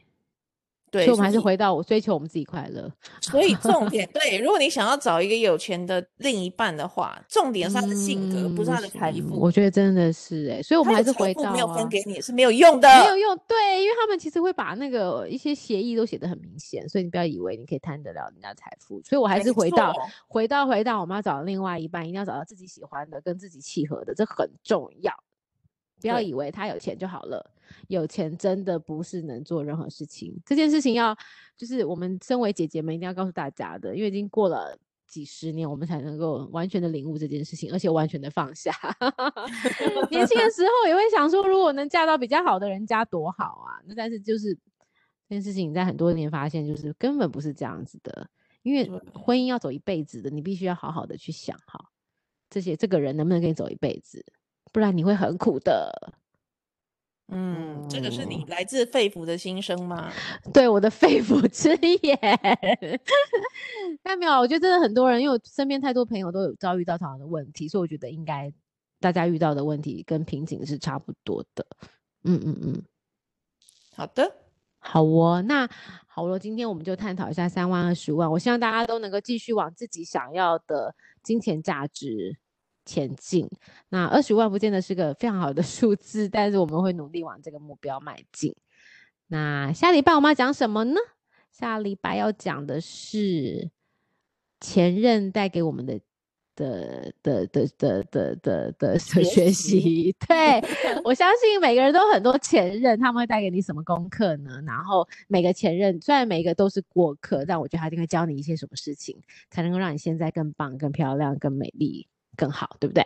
Speaker 2: 对，
Speaker 1: 所以我们还是
Speaker 2: 所以
Speaker 1: 回到我追求我们自己快乐。
Speaker 2: 所以
Speaker 1: <laughs>
Speaker 2: 重点对，如果你想要找一个有钱的另一半的话，重点是他的性格，不是他的财
Speaker 1: 嗯
Speaker 2: 富。
Speaker 1: 我觉得真的是哎、所以我
Speaker 2: 他
Speaker 1: 们还
Speaker 2: 的
Speaker 1: 是
Speaker 2: 财
Speaker 1: 回
Speaker 2: 富
Speaker 1: 到、啊、
Speaker 2: 没有分给你是没有用的。
Speaker 1: 没有用，对，因为他们其实会把那个一些协议都写得很明显，所以你不要以为你可以贪得了人家财富。所以我还是
Speaker 2: 没
Speaker 1: 回到
Speaker 2: 错
Speaker 1: 回到回到我们要找另外一半，一定要找到自己喜欢的跟自己契合的，这很重要。不要
Speaker 2: 对
Speaker 1: 以为他有钱就好了，有钱真的不是能做任何事情。这件事情要就是我们身为姐姐们一定要告诉大家的，因为已经过了。几十年，我们才能够完全的领悟这件事情，而且完全的放下。 <laughs> 年轻的时候也会想说，如果能嫁到比较好的人家多好啊！那但是就是这件事情，在很多年发现，就是根本不是这样子的。因为
Speaker 2: 对
Speaker 1: 婚姻要走一辈子的，你必须要好好的去想好这些这个人能不能跟你走一辈子，不然你会很苦的。
Speaker 2: 嗯，这个是你
Speaker 1: 嗯
Speaker 2: 来自肺腑的心声吗？
Speaker 1: 对我的 <laughs> 肺腑之言。但没有，啊我觉得真的很多人，因为我身边太多朋友都有遭遇到同样的问题，所以我觉得应该大家遇到的问题跟瓶颈是差不多的。嗯嗯嗯，
Speaker 2: 好的，
Speaker 1: 好哦，那好了，今天我们就探讨一下三万、二十万。我希望大家都能够继续往自己想要的金钱价值前进。那二十万不见得是个非常好的 <laughs> 数字，但是我们会努力往这个目标迈进。那下礼拜我们要讲什么呢？下礼拜要讲的是前任带给我们的的的的的的的的
Speaker 2: 学
Speaker 1: 学
Speaker 2: 习
Speaker 1: 习。对，我相信每个人都有很多前任，他们会带给你什么功课呢？然后每个前任虽然每个都是过客，但我觉得他一定会教你一些什么事情，才能够让你现在更棒、更漂亮、更美丽、更好，对不对？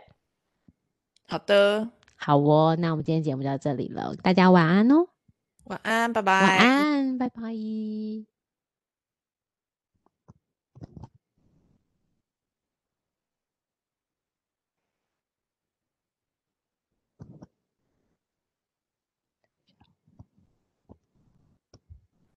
Speaker 2: <laughs> 好的，
Speaker 1: 好哦，那我们今天节目就到这里了，大家晚安哦，
Speaker 2: 晚安，拜
Speaker 1: 晚
Speaker 2: 拜。
Speaker 1: 安，拜拜。